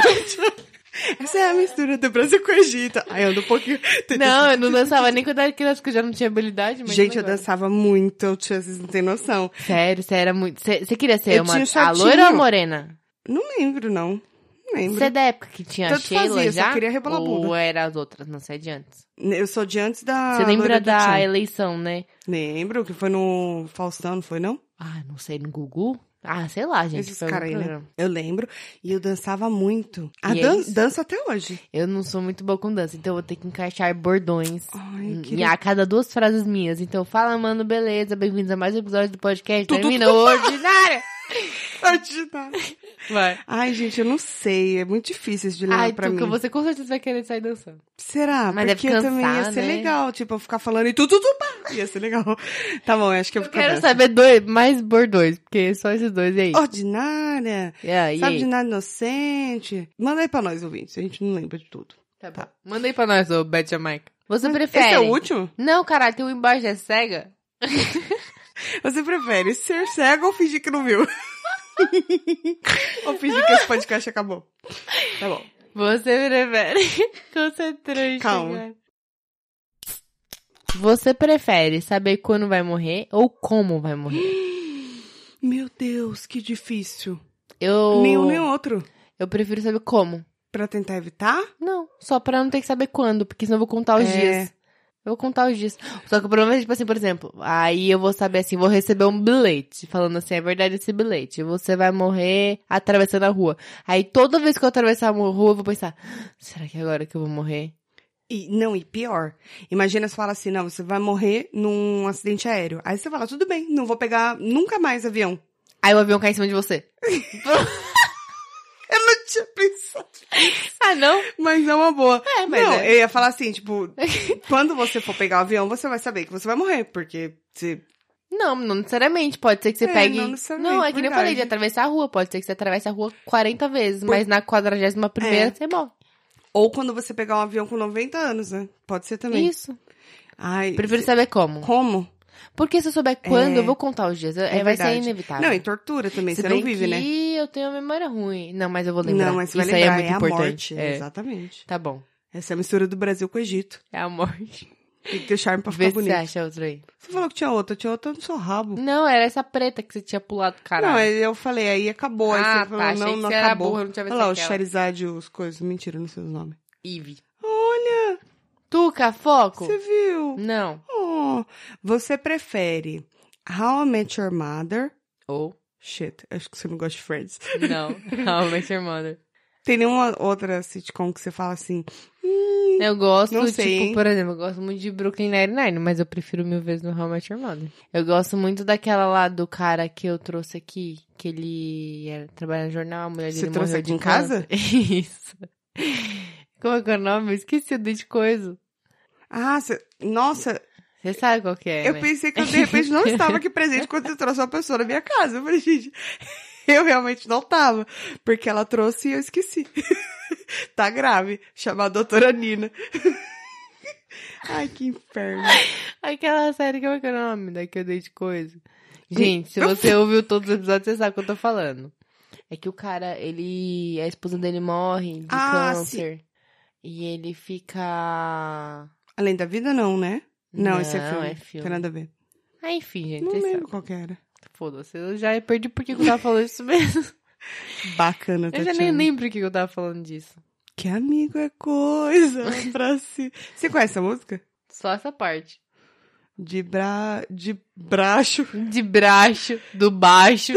B: Essa é a mistura do Brasil com o Egito. Aí eu ando um pouquinho.
A: Não, eu não dançava nem quando era criança, porque eu já não tinha habilidade. Mas
B: Gente, eu
A: agora.
B: dançava muito, eu tinha- vocês não têm noção.
A: Sério, você era muito... Você você queria ser
B: Eu
A: uma
B: tinha um
A: a
B: shortinho.
A: loira ou a morena?
B: Não lembro, não. Não lembro.
A: Você é da época que tinha a
B: Tanto
A: Sheila
B: fazia, só
A: já?
B: queria rebolar a
A: ou
B: bunda.
A: era as outras? Não sei de antes.
B: Eu sou de antes da.
A: você lembra
B: Loira do
A: da
B: Tchan.
A: eleição, né?
B: Lembro que foi no Faustão, não foi, não?
A: Ah, não sei, no Gugu? Ah, sei lá, gente.
B: Esses
A: foi algum
B: caras aí, né?
A: programa.
B: Eu lembro. E eu dançava muito. A
A: E é
B: dan
A: isso.
B: dança até hoje.
A: Eu não sou muito boa com dança, então eu vou ter que encaixar bordões.
B: Ai,
A: E
B: que.
A: a cada duas frases minhas. Então, fala, mano, beleza. Bem-vindos a mais um episódio do podcast.
B: Tu, tu,
A: Termina
B: tu, tu.
A: ordinária!
B: ordinário.
A: Vai.
B: tá? Ai, gente, eu não sei. É muito difícil esse dilema
A: Ai,
B: pra
A: Tuca,
B: mim.
A: você com certeza vai querer sair dançando.
B: Será?
A: Mas deve
B: Porque também ia
A: cansar,
B: ser
A: né?
B: legal. Tipo, eu ficar falando e tudo, tudo, pá. Ia ser legal. Tá bom, eu acho que eu vou
A: Eu
B: ficar
A: quero
B: dessa.
A: saber dois, mais bordões, porque é só esses dois aí.
B: Ordinária.
A: É, e
B: Oh, Sabe de
A: aí?
B: nada inocente? Manda aí pra nós, ouvintes. A gente não lembra de tudo.
A: Tá bom. Manda aí pra nós, ô Beth Jamaica. Você prefere...
B: Esse é o último?
A: Não, caralho, tem um embaixo, é cega?
B: Você prefere ser cego ou fingir que não viu? ou fingir que esse podcast acabou? Tá bom.
A: Você prefere. Concentrante.
B: Calma.
A: cara. Você prefere saber quando vai morrer ou como vai morrer?
B: Meu Deus, que difícil.
A: Eu.
B: Nenhum nem outro.
A: Eu prefiro saber como.
B: Pra tentar evitar?
A: Não, só pra não ter que saber quando, porque senão eu vou contar os
B: É.
A: dias. Eu vou contar os dias. Só que o problema é, tipo assim, por exemplo, aí eu vou saber assim, vou receber um bilhete, falando assim, é verdade esse bilhete, você vai morrer atravessando a rua. Aí toda vez que eu atravessar a rua, eu vou pensar, será que é agora que eu vou morrer?
B: E, não, e pior. Imagina se fala assim, não, você vai morrer num acidente aéreo. Aí você fala, tudo bem, não vou pegar nunca mais avião.
A: Aí o avião cai em cima de você.
B: Eu não tinha pensado.
A: ah, não?
B: Mas é uma boa.
A: É, mas
B: não,
A: é.
B: eu ia falar assim, tipo, quando você for pegar o avião, você vai saber que você vai morrer, porque você...
A: Não, não necessariamente. Pode ser que você
B: É,
A: pegue.
B: não necessariamente,
A: Não, é que nem eu
B: verdade.
A: falei de atravessar a rua. Pode ser que você atravesse a rua 40 vezes, mas na 41 primeira
B: É.
A: você morre.
B: Ou quando você pegar um avião com 90 anos, né? Pode ser também.
A: Isso.
B: Ai,
A: Prefiro saber como.
B: como?
A: Porque se eu souber quando,
B: É.
A: eu vou contar os dias. É,
B: É
A: vai ser
B: verdade.
A: inevitável.
B: Não, e tortura também,
A: Se
B: você
A: bem
B: não vive,
A: que
B: né?
A: eu tenho a memória ruim. Não, mas eu vou lembrar.
B: Não, mas você
A: Isso
B: vai lembrar,
A: aí é muito
B: a
A: importante.
B: morte,
A: É.
B: exatamente.
A: Tá bom.
B: Essa é a mistura do Brasil com o Egito.
A: É a morte.
B: Tem que ter charme pra
A: Vê se
B: ficar
A: é você
B: bonito.
A: acha outra aí.
B: Você falou que tinha outra, tinha outra no seu rabo.
A: Não, era essa preta que você tinha pulado, caralho.
B: Não, eu falei, aí acabou. Aí
A: ah,
B: você
A: tá.
B: falou,
A: Achei
B: não,
A: que
B: não
A: você era
B: acabou.
A: burra, não tinha
B: Olha
A: visto
B: lá, o
A: aquela.
B: Charizard e os coisas. Mentira, não sei os nomes.
A: Eve.
B: Olha,
A: Tuca, foco.
B: você viu?
A: Não.
B: Oh, você prefere How I Met Your Mother?
A: Ou...
B: Shit, acho que você não gosta de Friends.
A: Não, How I Met Your Mother.
B: Tem nenhuma outra sitcom que você fala assim, hum,
A: Eu gosto,
B: Não
A: tipo,
B: sei, hein?
A: por exemplo, eu gosto muito de Brooklyn Nine-Nine, mas eu prefiro mil vezes no How I Met Your Mother. Eu gosto muito daquela lá do cara que eu trouxe aqui, que ele era- trabalha no jornal, a mulher
B: Você
A: dele
B: trouxe
A: morreu
B: aqui
A: de
B: em casa?
A: câncer. Isso. Como é que é o nome? Eu esqueci o de coisa.
B: ah, você- nossa,
A: Você sabe qual que é,
B: eu
A: né?
B: pensei que eu de repente não estava aqui presente quando você trouxe uma pessoa na minha casa. Eu falei, gente, Eu realmente não tava, porque ela trouxe e eu esqueci. tá grave. Chamar a doutora Nina. Ai, que inferno.
A: Aquela série, como é que é o nome da que eu dei de coisa? Gente, se você ouviu todos os episódios, você sabe o que eu tô falando. É que o cara, ele... A esposa dele morre de
B: Ah,
A: câncer. E ele ah, fica...
B: Além da vida, não, né? Não, esse é filme.
A: é
B: Não tem
A: filme.
B: nada a ver.
A: Ah, enfim, gente.
B: Não
A: vocês
B: lembro
A: sabem.
B: qual que era.
A: Foda-se, eu já perdi porque que eu tava falando isso mesmo.
B: Bacana,
A: Eu
B: Tatiana.
A: já nem lembro o que que eu tava falando disso.
B: Que amigo é coisa pra si. Você conhece essa música?
A: Só essa parte.
B: De bra... De braço.
A: De braço, do baixo.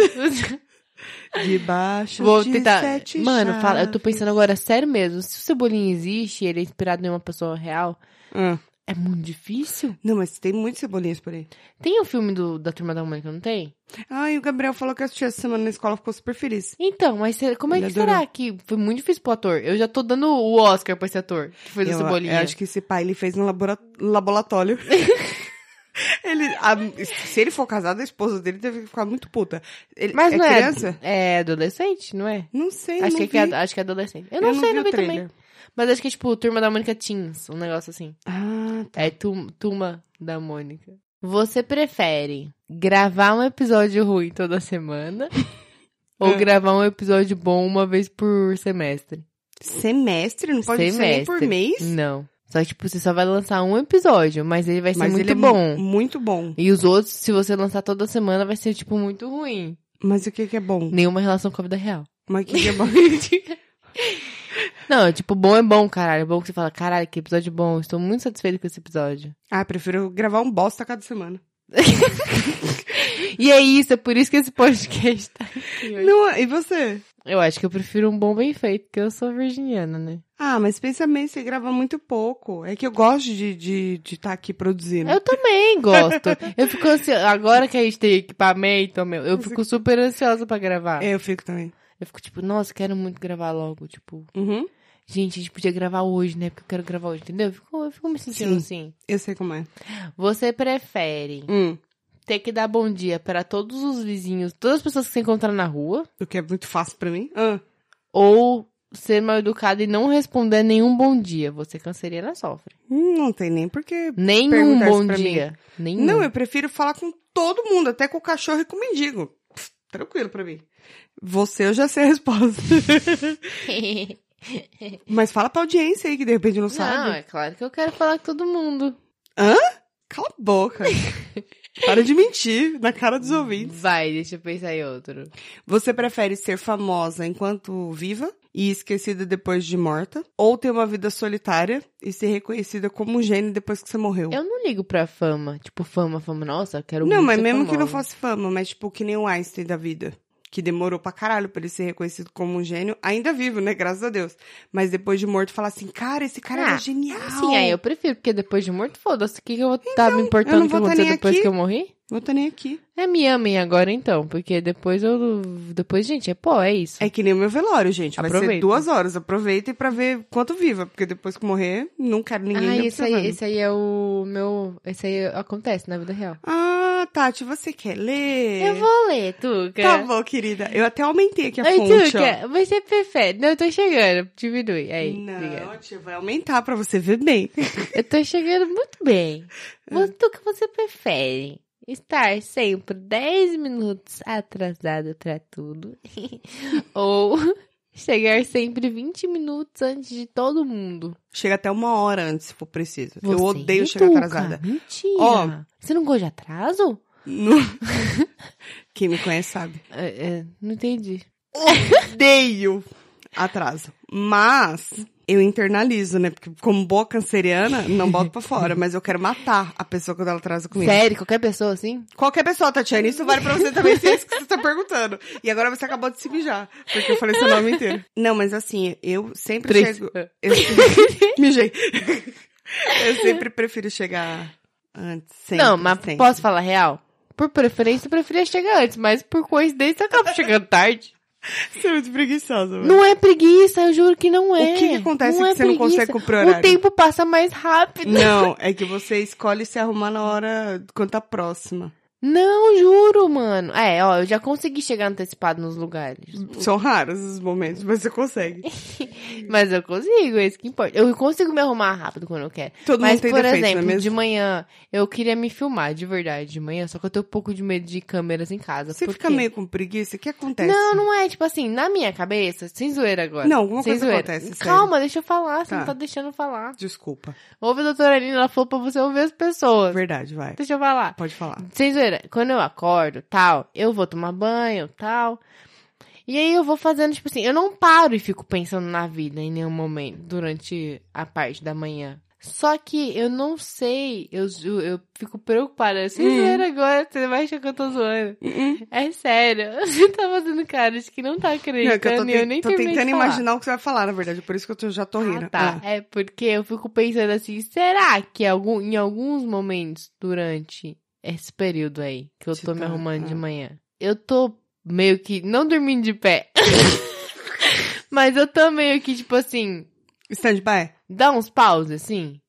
B: De baixo
A: Vou
B: de
A: tentar.
B: sete
A: Mano, fala, eu tô
B: chaves.
A: pensando agora, sério mesmo. Se o Cebolinha existe e ele é inspirado em uma pessoa real,
B: Ah.
A: é muito difícil.
B: Não, mas tem muitos cebolinhas por aí.
A: Tem o filme do, da Turma da Mônica, não tem?
B: Ai, o Gabriel falou que assistiu essa semana na escola ficou super feliz.
A: Então, mas será- como é
B: Ele
A: que
B: adorou.
A: será que foi muito difícil pro ator? Eu já tô dando o Oscar pra esse ator que fez o
B: Eu-
A: Cebolinha.
B: Eu acho que esse pai ele fez no labora- laboratório. ele, a- se ele for casado, a esposa dele deve ficar muito puta. Ele,
A: Mas
B: é
A: não é,
B: criança?
A: é adolescente, não é?
B: Não sei,
A: Acho
B: não
A: que, é,
B: vi.
A: acho que é adolescente. Eu não sei,
B: vi
A: não
B: o
A: vi também.
B: trailer.
A: Mas acho que é tipo Turma da Mônica Teens, um negócio assim.
B: Ah,
A: É tum, Tuma da Mônica. Você prefere gravar um episódio ruim toda semana ou
B: Ah.
A: gravar um episódio bom uma vez por semestre?
B: tá. semestre? Não pode ser nem por
A: Semestre.
B: mês?
A: Não. Só que, tipo, você só vai lançar um episódio, mas ele vai ser
B: Mas
A: muito
B: ele é
A: bom.
B: mu- muito bom.
A: E os outros, se você lançar toda semana, vai ser, tipo, muito ruim.
B: Mas o que que é bom?
A: Nenhuma relação com a vida real.
B: Mas o que que é bom?
A: Não, tipo, bom é bom, caralho. É bom que você fala, caralho, que episódio bom. Estou muito satisfeito com esse episódio.
B: ah, prefiro gravar um bosta cada semana.
A: E é isso, é por isso que esse podcast tá aqui hoje.
B: Não, e você?
A: Eu acho que eu prefiro um bom bem feito, porque eu sou virginiana, né?
B: Ah, mas pensa bem, você grava muito pouco. É que eu gosto de estar de, de tá aqui produzindo.
A: Eu também gosto. Eu fico ansiosa. Agora que a gente tem equipamento, meu, eu fico super ansiosa pra gravar.
B: É, eu fico também.
A: Eu fico tipo, nossa, quero muito gravar logo. Tipo,
B: Uhum.
A: gente, a gente podia gravar hoje, né? Porque eu quero gravar hoje, entendeu? Eu fico, eu fico me sentindo assim.
B: Eu sei como é.
A: Você prefere
B: Hum.
A: ter que dar bom dia pra todos os vizinhos, todas as pessoas que você encontrar na rua,
B: O que é muito fácil pra mim. Ah,
A: ou ser mal educado e não responder nenhum bom dia? Você canceriana sofre.
B: hum, não tem nem porque.
A: Nenhum
B: Perguntar isso
A: bom
B: pra mim.
A: dia. Nenhum.
B: Não, eu prefiro falar com todo mundo, até com o cachorro e com o mendigo. Pff, Tranquilo pra mim. Você eu já sei a resposta. Mas fala pra audiência aí que de repente não sabe.
A: Não, é claro que eu quero falar com todo mundo.
B: Cala a boca. Para de mentir na cara dos ouvintes.
A: Vai, deixa eu pensar em outro.
B: Você prefere ser famosa enquanto viva e esquecida depois de morta? Ou ter uma vida solitária e ser reconhecida como um gênio depois que você morreu?
A: Eu não ligo pra fama. Tipo, fama, fama. Nossa, eu quero
B: Não,
A: muito
B: mas
A: ser
B: mesmo que não
A: famosa.
B: fosse fama, mas tipo que nem o Einstein da vida. Que demorou pra caralho pra ele ser reconhecido como um gênio, ainda vivo, né? Graças a Deus. Mas depois de morto, falar assim, cara, esse cara
A: Ah,
B: era genial.
A: Sim, aí eu prefiro, porque depois de morto, foda-se. O que, que eu vou tá me
B: eu
A: importando
B: não
A: o que
B: vou tá
A: aconteceu
B: nem
A: depois
B: aqui.
A: que eu morri?
B: Não tô nem aqui.
A: É, me amem agora então, porque depois eu. Depois, gente, é pó, é isso.
B: É que nem o meu velório, gente. Vai ser
A: Aproveita.
B: duas horas. Aproveitem pra ver quanto viva. Porque depois que morrer, não quero ninguém
A: ah,
B: me
A: esse aí,
B: observando.
A: esse aí é o meu. Esse aí acontece na vida real.
B: Ah, Tati, você quer ler?
A: Eu vou ler, Tuca.
B: É. Tá bom, querida. Eu até aumentei aqui a
A: Oi,
B: fonte, ó.
A: Tuca, você prefere. Não, eu tô chegando. Diminui. Aí, obrigada.
B: Não, tia, vai aumentar pra você ver bem.
A: Eu tô chegando muito bem.
B: É.
A: Muito que você prefere. Estar sempre 10 minutos atrasada pra tudo. ou chegar sempre 20 minutos antes de todo mundo.
B: Chega até uma hora antes, se for preciso.
A: Você
B: Eu odeio chegar
A: educa.
B: atrasada.
A: Mentira.
B: Ó.
A: você não gosta de atraso?
B: Não- Quem me conhece sabe.
A: É, é, não entendi.
B: Odeio atraso. Mas eu internalizo, né? Porque como boa canceriana, não boto pra fora. Mas eu quero matar a pessoa quando ela atrasa comigo.
A: Sério, qualquer pessoa assim?
B: Qualquer pessoa, Tatiana. Isso vale pra você também, se é isso que você tá perguntando. E agora você acabou de se mijar, porque eu falei seu nome inteiro. Não, mas assim, eu sempre
A: Três.
B: chego... Eu... Mijei. Eu sempre prefiro chegar antes, sempre,
A: não, mas
B: sempre.
A: posso falar a real? Por preferência, eu preferia chegar antes, mas por coincidência, eu acabo chegando tarde.
B: Você é muito preguiçosa, mano.
A: Não é preguiça, eu juro que não é.
B: O que que acontece
A: não
B: que você não
A: preguiça.
B: consegue cumprir o horário?
A: O tempo passa mais rápido.
B: Não, é que você escolhe se arrumar na hora quando tá próxima.
A: Não, juro, mano. É, ó, eu já consegui chegar antecipado nos lugares.
B: São raros os momentos, mas você consegue.
A: Mas eu consigo, é isso que importa. Eu consigo me arrumar rápido quando eu quero.
B: Todo
A: Mas,
B: mundo tem
A: por
B: defeito,
A: exemplo,
B: não é
A: de
B: mesmo?
A: manhã, eu queria me filmar, de verdade, de manhã, só que eu tenho um pouco de medo de câmeras em casa.
B: Você
A: por
B: fica
A: quê?
B: meio com preguiça, o que acontece?
A: Não, não é, tipo assim, na minha cabeça, sem zoeira agora.
B: Não, alguma
A: sem
B: coisa
A: zoeira.
B: acontece, sério.
A: Calma, deixa eu falar, você
B: Tá.
A: não tá deixando eu falar.
B: Desculpa.
A: Ouve a doutora Aline, ela falou pra você ouvir as pessoas.
B: Verdade, vai.
A: Deixa eu falar.
B: Pode falar.
A: Sem zoeira, quando eu acordo, tal, eu vou tomar banho, tal. E aí eu vou fazendo, tipo assim, eu não paro e fico pensando na vida em nenhum momento durante a parte da manhã. Só que eu não sei, eu, ju- eu fico preocupada. Sem
B: Hum.
A: zoeira agora, você vai achar que eu tô zoando.
B: Hum, hum.
A: É sério, você tá fazendo cara de que não tá
B: Não, é que eu
A: acreditando
B: tô,
A: e eu
B: ten-
A: nem
B: tô
A: terminei de
B: tentando
A: falar.
B: imaginar o que você vai falar, na verdade. Por isso que eu tô- já tô rindo.
A: Ah, tá.
B: Ah.
A: É porque eu fico pensando assim, será que algum- em alguns momentos durante esse período aí que eu
B: Você
A: tô me
B: tá-
A: arrumando de
B: ah.
A: manhã, eu tô meio que não dormindo de pé. Mas eu tô meio que tipo assim,
B: Stand-by?
A: dá uns paus assim.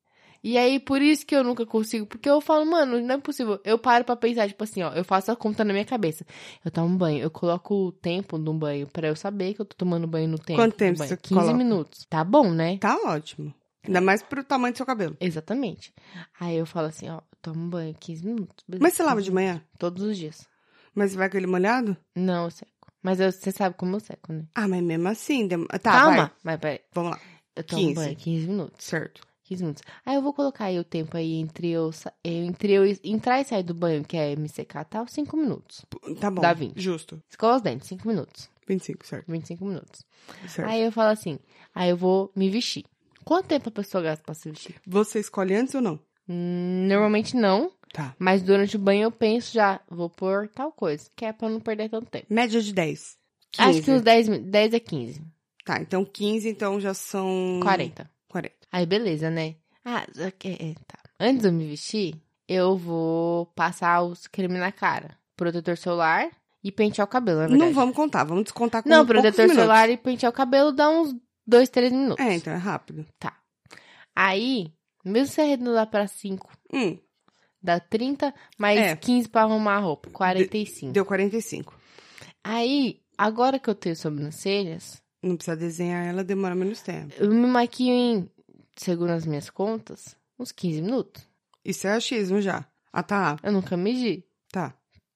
A: E aí, por isso que eu nunca consigo, porque eu falo, mano, não é possível. Eu paro pra pensar, tipo assim, ó, eu faço a conta na minha cabeça. Eu tomo um banho, eu coloco o tempo de um banho pra eu saber que eu tô tomando banho no tempo.
B: Quanto
A: do
B: tempo
A: banho.
B: você
A: 15
B: coloca?
A: minutos. Tá bom, né?
B: Tá ótimo. Ainda mais pro tamanho do seu cabelo.
A: Exatamente. Aí eu falo assim, ó, tomo banho 15 minutos. beleza,
B: Mas você lava
A: 15
B: de manhã?
A: minutos, Todos os dias.
B: Mas vai com ele molhado?
A: Não, eu seco. Mas eu- você sabe como eu seco, né?
B: Ah, mas mesmo assim... dem- Tá,
A: Calma.
B: vai.
A: Mas peraí,
B: Vamos lá.
A: eu tomo
B: 15.
A: banho 15 minutos.
B: Certo.
A: 15 minutos. Aí eu vou colocar aí o tempo aí entre eu, sa- eh, entre eu entrar e sair do banho, que é me secar, tal, 5 minutos.
B: P- Tá bom.
A: Dá 20.
B: Justo.
A: Escova os dentes, 5 minutos.
B: 25, certo.
A: 25 minutos.
B: certo.
A: Aí eu falo assim, aí eu vou me vestir. Quanto tempo a pessoa gasta pra se vestir?
B: Você escolhe antes ou não?
A: Hum, Normalmente não,
B: Tá.
A: mas durante o banho eu penso já, vou pôr tal coisa, que é pra não perder tanto tempo.
B: Média de 10. 15.
A: Acho que uns 10, mi- é 10 a 15.
B: Tá, então 15, então já são...
A: 40.
B: 40.
A: Aí, beleza, né? Ah, ok, é, tá. Antes de eu me vestir, eu vou passar os creme na cara. Protetor solar e pentear o cabelo, na verdade.
B: Não vamos contar, vamos descontar com
A: Não,
B: poucos
A: protetor
B: minutos.
A: solar e pentear o cabelo dá uns 2, 3 minutos.
B: É, então é rápido.
A: Aí, mesmo se arredondar pra 5,
B: Hum,
A: dá 30, mais
B: É.
A: 15 pra arrumar a roupa, 45.
B: deu 45.
A: Aí, agora que eu tenho sobrancelhas,
B: Não precisa desenhar ela, demora menos tempo.
A: eu me maquio em, segundo as minhas contas, uns 15 minutos.
B: Isso é achismo já. Ah, tá.
A: Eu nunca medi.
B: Tá.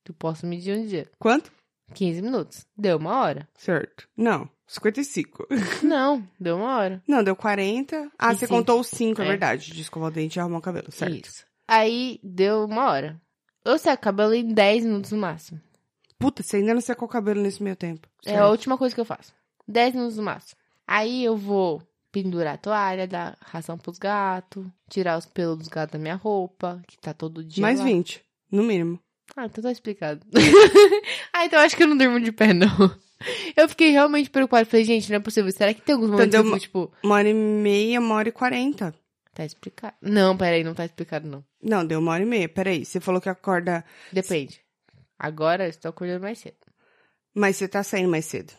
A: Eu posso medir um dia.
B: Quanto?
A: 15 minutos. Deu uma hora.
B: Certo. Não, 55.
A: Não, deu uma hora.
B: Não, deu 40. Ah,
A: E
B: você
A: cinco.
B: contou os 5, é,
A: É.
B: verdade. De escovar o dente e arrumar o cabelo, certo.
A: Isso. Aí deu uma hora. Eu seco o cabelo em 10 minutos no máximo.
B: Puta, você ainda não secou o cabelo nesse meio tempo.
A: É a
B: Certo.
A: última coisa que eu faço. 10 minutos no máximo. Aí eu vou pendurar a toalha, dar ração pros gatos, tirar os pelos dos gatos da minha roupa, que tá todo dia.
B: Mais
A: lá.
B: 20, no mínimo.
A: Ah, então tá explicado. ah, então acho que eu não durmo de pé, não. Eu fiquei realmente preocupada. Falei, gente, não é possível. Será que tem alguns momentos
B: Então deu
A: que eu
B: uma-
A: fico, tipo,
B: Uma hora e meia, uma hora e quarenta.
A: tá explicado? Não, peraí, não tá explicado, não.
B: Não, deu uma hora e meia. Peraí, você falou que acorda...
A: Depende. Agora eu estou acordando mais cedo.
B: Mas você tá saindo mais cedo.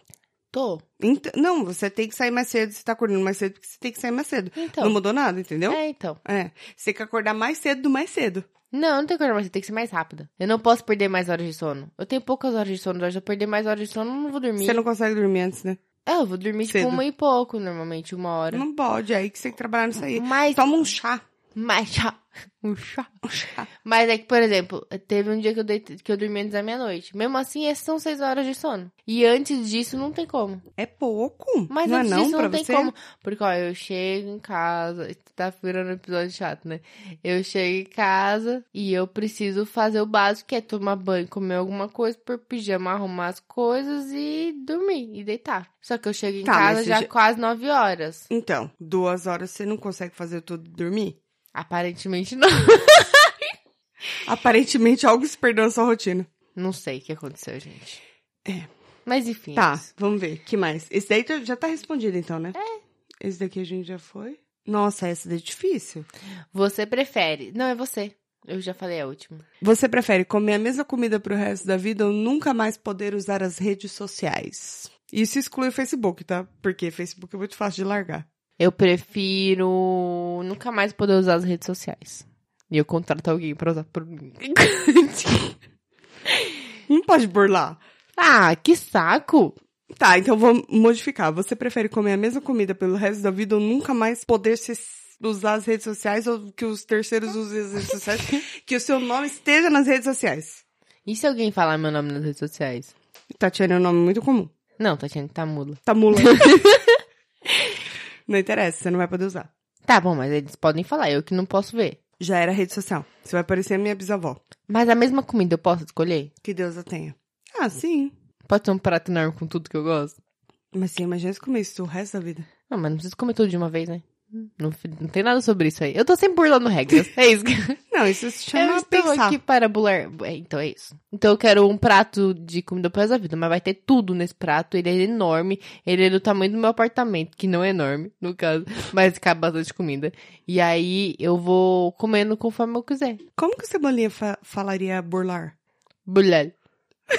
A: Tô.
B: Então- não, você tem que sair mais cedo, você tá acordando mais cedo, porque você tem que sair mais cedo.
A: Então.
B: Não mudou nada, entendeu?
A: É, então.
B: É. Você tem que acordar mais cedo do mais cedo.
A: Não, não tem que acordar mais cedo, tem que ser mais rápida. Eu não posso perder mais horas de sono. Eu tenho poucas horas de sono, se eu perder mais horas de sono, eu não vou dormir.
B: Você não consegue dormir antes, né?
A: É, eu vou dormir
B: Cedo.
A: tipo uma e pouco, normalmente, uma hora.
B: Não pode, é aí que você tem que trabalhar nisso aí.
A: Mas,
B: Toma um chá.
A: mas já... Um chá.
B: Um chá.
A: Mas é que, por exemplo, teve um dia que eu, deitei- que eu dormi antes da meia-noite. Mesmo assim, essas são seis horas de sono. E antes disso, não tem como.
B: É pouco.
A: Mas
B: não é
A: antes
B: não
A: disso,
B: pra
A: não tem
B: você?
A: como. Porque, ó, eu chego em casa. Tá virando um episódio chato, né? Eu chego em casa e eu preciso fazer o básico, que é tomar banho, comer alguma coisa, pôr pijama, arrumar as coisas e dormir e deitar. Só que eu chego em
B: Tá, mas
A: casa
B: você
A: já
B: já-
A: quase nove horas.
B: Então, duas horas você não consegue fazer tudo e dormir?
A: Aparentemente não.
B: Aparentemente algo se perdeu na sua rotina.
A: Não sei o que aconteceu, gente.
B: É.
A: Mas enfim. é
B: Tá,
A: isso.
B: vamos ver. que mais? Esse daí já tá respondido então, né? É. Esse daqui a gente já foi. Nossa, essa daí é difícil.
A: Você prefere. Não, é você. Eu já falei a última.
B: Você prefere comer a mesma comida pro resto da vida ou nunca mais poder usar as redes sociais? Isso exclui o Facebook, tá? Porque Facebook é muito fácil de largar.
A: Eu prefiro nunca mais poder usar as redes sociais. E eu contrato alguém pra usar por mim.
B: pode burlar.
A: Ah, que saco!
B: Tá, então vou modificar. Você prefere comer a mesma comida pelo resto da vida ou nunca mais poder se usar as redes sociais ou que os terceiros usem as redes sociais? que o seu nome esteja nas redes sociais.
A: E se alguém falar meu nome nas redes sociais?
B: Tatiana é um nome muito comum.
A: Não, Tatiana tá mula.
B: Tá mula. não interessa, você não vai poder usar.
A: Tá bom, mas eles podem falar, eu que não posso ver.
B: Já era rede social. Você vai parecer a minha bisavó.
A: Mas a mesma comida eu posso escolher?
B: Que Deus a tenha. Ah, sim.
A: Pode ser um prato enorme com tudo que eu gosto?
B: Mas sim, imagina se comer isso o resto da vida.
A: Não, mas não preciso comer tudo de uma vez, né? Não, não tem nada sobre isso aí. Eu tô sempre burlando regras. É isso. que-
B: Não, isso se
A: eu
B: chama
A: estou
B: pensar.
A: aqui para bular. É, então é isso. Então eu quero um prato de comida pro resto da vida, mas vai ter tudo nesse prato. Ele é enorme. Ele é do tamanho do meu apartamento, que não é enorme, no caso, mas cabe bastante comida. E aí eu vou comendo conforme eu quiser.
B: Como que o Cebolinha fa- falaria burlar?
A: Bular. Ah,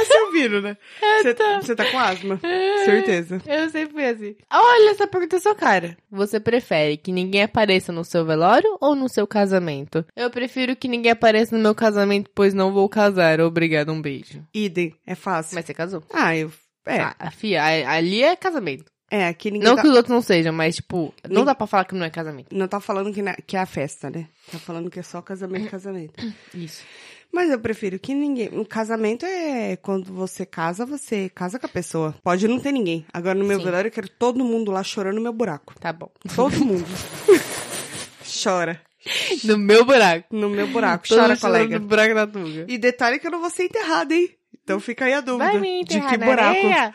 B: Tá se ouvindo, né? Você você tá com asma? Certeza.
A: Eu sempre fui assim. Olha essa pergunta é sua cara. Você prefere que ninguém apareça no seu velório ou no seu casamento? Eu prefiro que ninguém apareça no meu casamento, pois não vou casar. Obrigada, um beijo.
B: Idem, é fácil.
A: Mas você casou.
B: Ah, eu... É,
A: Ah, A, fia, a- ali é casamento.
B: é, aqui ninguém
A: Não
B: tá...
A: que os outros não sejam, mas, tipo, não
B: Nin-
A: dá pra falar que não é casamento.
B: Não tá falando que, na- que é a festa, né? Tá falando que é só casamento, casamento.
A: Isso.
B: Mas eu prefiro que ninguém. O casamento é quando você casa, você casa com a pessoa. Pode não ter ninguém. Agora no meu
A: Sim.
B: velório eu quero todo mundo lá chorando no meu buraco.
A: Tá bom.
B: Todo mundo. Chora.
A: No meu buraco.
B: No meu buraco.
A: Todo
B: Chora,
A: mundo chorando
B: colega.
A: No buraco da tuga.
B: E detalhe que eu não vou ser enterrada, hein? Então fica aí a dúvida.
A: Vai me enterrar
B: de que
A: na
B: buraco?
A: areia?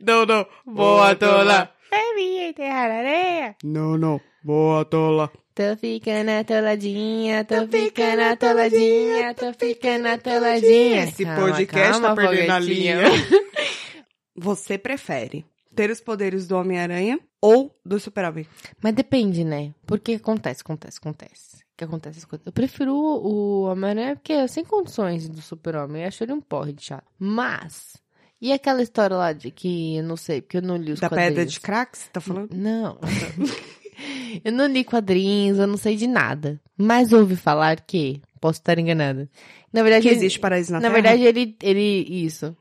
B: Não, não.
A: Boa, tola. Vai me enterrar na areia?
B: Não, não. Boa tola.
A: Tô ficando atoladinha, tô ficando atoladinha, tô ficando atoladinha.
B: Esse
A: Calma,
B: podcast
A: calma,
B: tá perdendo a
A: foguetinha.
B: linha. Você prefere ter os poderes do Homem-Aranha ou do Super-Homem?
A: Mas depende, né? Porque acontece, acontece, acontece. Que acontece as coisas. Eu prefiro o Homem-Aranha porque é sem condições do Super-Homem. Eu acho ele um porre de chato. Mas, e aquela história lá de que eu não sei, porque eu não li os
B: da
A: quadrinhos. Hum.
B: pedra de craques? Tá falando?
A: Não. eu não li quadrinhos, eu não sei de nada. Mas ouvi falar que. Posso estar enganada. Na verdade,
B: Que
A: ele-
B: existe paraíso na,
A: Na
B: Terra?
A: verdade, ele. ele isso.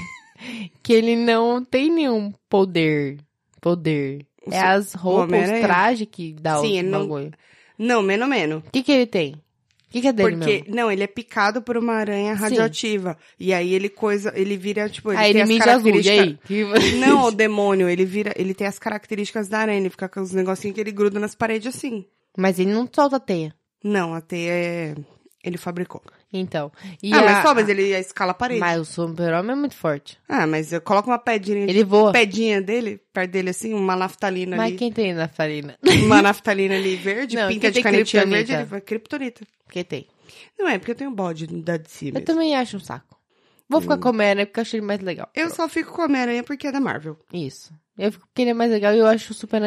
A: que ele não tem nenhum poder. Poder.
B: O
A: É
B: su-
A: as roupas, os
B: Homem-Aranha?
A: trajes que dá
B: Sim, ele
A: o
B: não-
A: bagulho.
B: Não, menos menos.
A: O que, que ele tem? O que, que é dele
B: Porque,
A: mesmo?
B: não, ele é picado por uma aranha
A: Sim.
B: radioativa. E aí ele coisa, ele vira, tipo, ele
A: Ah,
B: tem
A: ele
B: as
A: mija azul, e
B: características...
A: aí? Que-
B: Não, o demônio, ele vira, ele tem as características da aranha, ele fica com os negocinhos que ele gruda nas paredes assim.
A: Mas ele não solta teia.
B: Não, a teia é... ele fabricou.
A: Então. E
B: ah,
A: a-
B: mas só, mas ele escala a parede.
A: Mas o super-homem é muito forte.
B: Ah, mas eu coloco uma pedrinha,
A: Ele voa.
B: pedinha dele, perto dele assim, uma naftalina
A: Mas
B: ali.
A: quem tem na farina?
B: Uma naftalina ali verde,
A: Não,
B: pinta
A: quem
B: de
A: tem
B: canetinha
A: criptonita?
B: verde, ele vai criptonita.
A: Porque tem.
B: Não é, porque eu tenho bode da de si
A: Eu
B: mesmo.
A: também acho um saco. Vou ficar com o Homem-Aranha porque eu achei ele mais legal.
B: Hum. Eu só fico com a Homem-Aranha porque é da Marvel.
A: Isso. Eu fico porque ele é mais legal e eu acho o super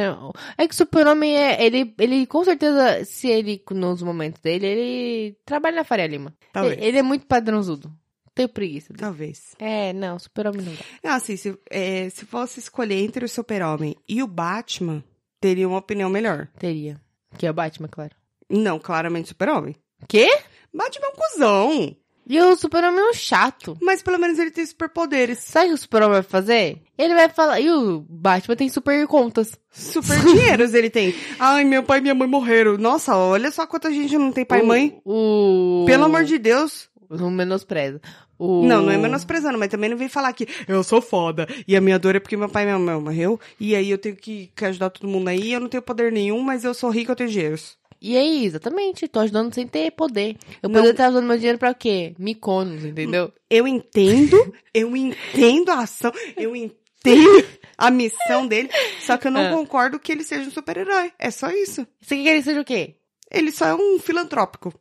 A: É que o super-homem é. Ele, ele, com certeza, se ele, nos momentos dele, ele trabalha na Faria Lima.
B: Talvez.
A: Ele, ele é muito padrãozudo. Tenho preguiça dele.
B: Talvez.
A: É, não, super-homem não dá.
B: Não, assim, se, é, se fosse escolher entre o Super-Homem e o Batman, teria uma opinião melhor.
A: Teria. Que é o Batman, claro.
B: Não, claramente Super-Homem.
A: Quê?
B: Batman é um cuzão.
A: E o super-homem é um chato.
B: Mas pelo menos ele tem superpoderes.
A: Sabe o que o super-homem vai fazer? Ele vai falar. E o Batman tem super contas.
B: Super dinheiros ele tem. Ai, meu pai e minha mãe morreram. Nossa, olha só quanta gente não tem pai e
A: O-
B: mãe.
A: O.
B: Pelo amor de Deus.
A: Não menospreza. O...
B: Não, não é menosprezando, mas também não vem falar que eu sou foda e a minha dor é porque meu pai e minha mãe morreu e aí eu tenho que, que ajudar todo mundo aí. Eu não tenho poder nenhum, mas eu sou rico, eu tenho dinheiro.
A: E é isso, exatamente. Tô ajudando sem ter poder. Eu
B: Não.
A: poderia estar usando meu dinheiro pra quê? Miconos, entendeu?
B: Eu entendo, eu entendo a ação, eu entendo a missão dele, só que eu não
A: Ah.
B: concordo que ele seja um super-herói. É só isso.
A: Você quer que ele seja o quê?
B: Ele só é um filantrópico.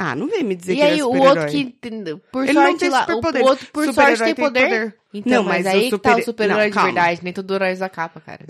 B: Ah, não vem me dizer
A: e
B: que ele
A: aí,
B: é
A: o
B: super-herói.
A: outro que. tem- Por
B: Ele não
A: sorte,
B: tem
A: lá, o
B: superpoder.
A: outro, por
B: Super-herói
A: sorte, tem poder. Então,
B: Não,
A: mas,
B: mas
A: aí
B: o
A: que tá o
B: super-
A: super-herói
B: Não,
A: de
B: calma.
A: verdade. Nem todo herói usa capa, cara.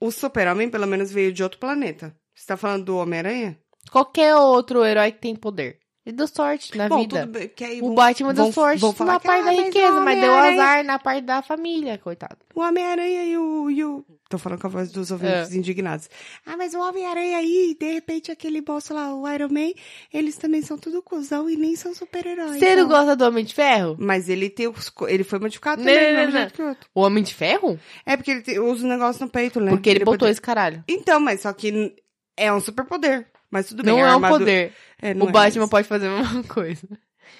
B: O super-homem, pelo menos, veio de outro planeta. Você tá falando do Homem-Aranha?
A: Qualquer outro herói que tem poder. Ele deu sorte na
B: Bom,
A: vida.
B: tudo bem. Que aí
A: O
B: vão-
A: Batman deu
B: vão-
A: sorte
B: vão falar
A: na
B: que,
A: parte
B: ah,
A: da
B: mas
A: riqueza,
B: o
A: mas deu
B: Homem-Aranha-
A: azar na parte da família, coitado.
B: O Homem-Aranha e o, e o- Tô falando com a voz dos
A: É.
B: ouvintes indignados. Ah, mas o Homem-Aranha aí, de repente, aquele bolso lá, o Iron Man, eles também são tudo cuzão e nem são super-heróis.
A: Você não
B: não.
A: gosta Né, do Homem de Ferro?
B: Mas ele tem os co- Ele foi modificado
A: Não,
B: também,
A: não,
B: do mesmo
A: não.
B: jeito que o outro.
A: O Homem de Ferro?
B: É porque ele te- usa o negócio no peito, né?
A: Porque ele
B: Depois
A: botou
B: de-
A: esse caralho.
B: Então, mas só que n- é um superpoder. Mas tudo bem.
A: Não é É um
B: armado-
A: poder.
B: É, não
A: O
B: é,
A: Batman
B: mas-
A: pode fazer a mesma coisa.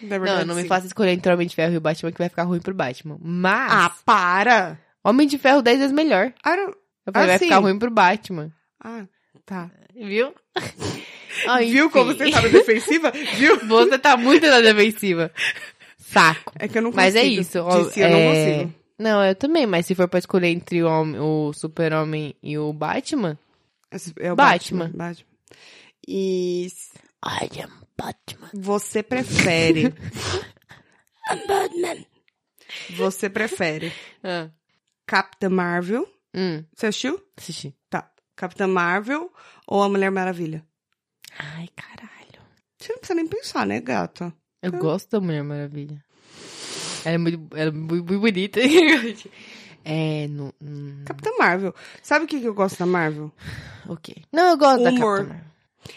B: Na verdade,
A: Não, não me
B: sim.
A: faça escolher entre o Homem de Ferro e o Batman, que vai ficar ruim pro Batman. Mas,
B: Ah, para!
A: Homem de Ferro 10 vezes melhor.
B: Iron...
A: Eu falei, vai
B: Assim.
A: ficar ruim pro Batman.
B: Ah, tá.
A: Viu? Ah,
B: Viu como
A: enfim.
B: você tava defensiva? Viu?
A: Você tá muito na defensiva. Saco.
B: É que eu não consigo.
A: Mas é isso. ó,
B: Disse, eu não
A: é-
B: consigo.
A: Não, eu também, mas se for pra escolher entre o, homem- o Super-Homem e o Batman.
B: Esse É o
A: Batman.
B: Batman. Batman. E s-
A: I am Batman.
B: você prefere. I'm Batman. Você prefere
A: Ah,
B: Capitã Marvel?
A: hum,
B: Você assistiu?
A: assisti.
B: Tá. Capitã Marvel ou a Mulher Maravilha?
A: Ai, caralho.
B: Você não precisa nem pensar, né, gata?
A: Eu gosto da Mulher Maravilha. Ela é muito, ela é muito, muito bonita. é, não. hum,
B: Capitã Marvel. Sabe o que que eu gosto da Marvel?
A: ok. Não, eu gosto
B: Humor.
A: da Capitã Marvel.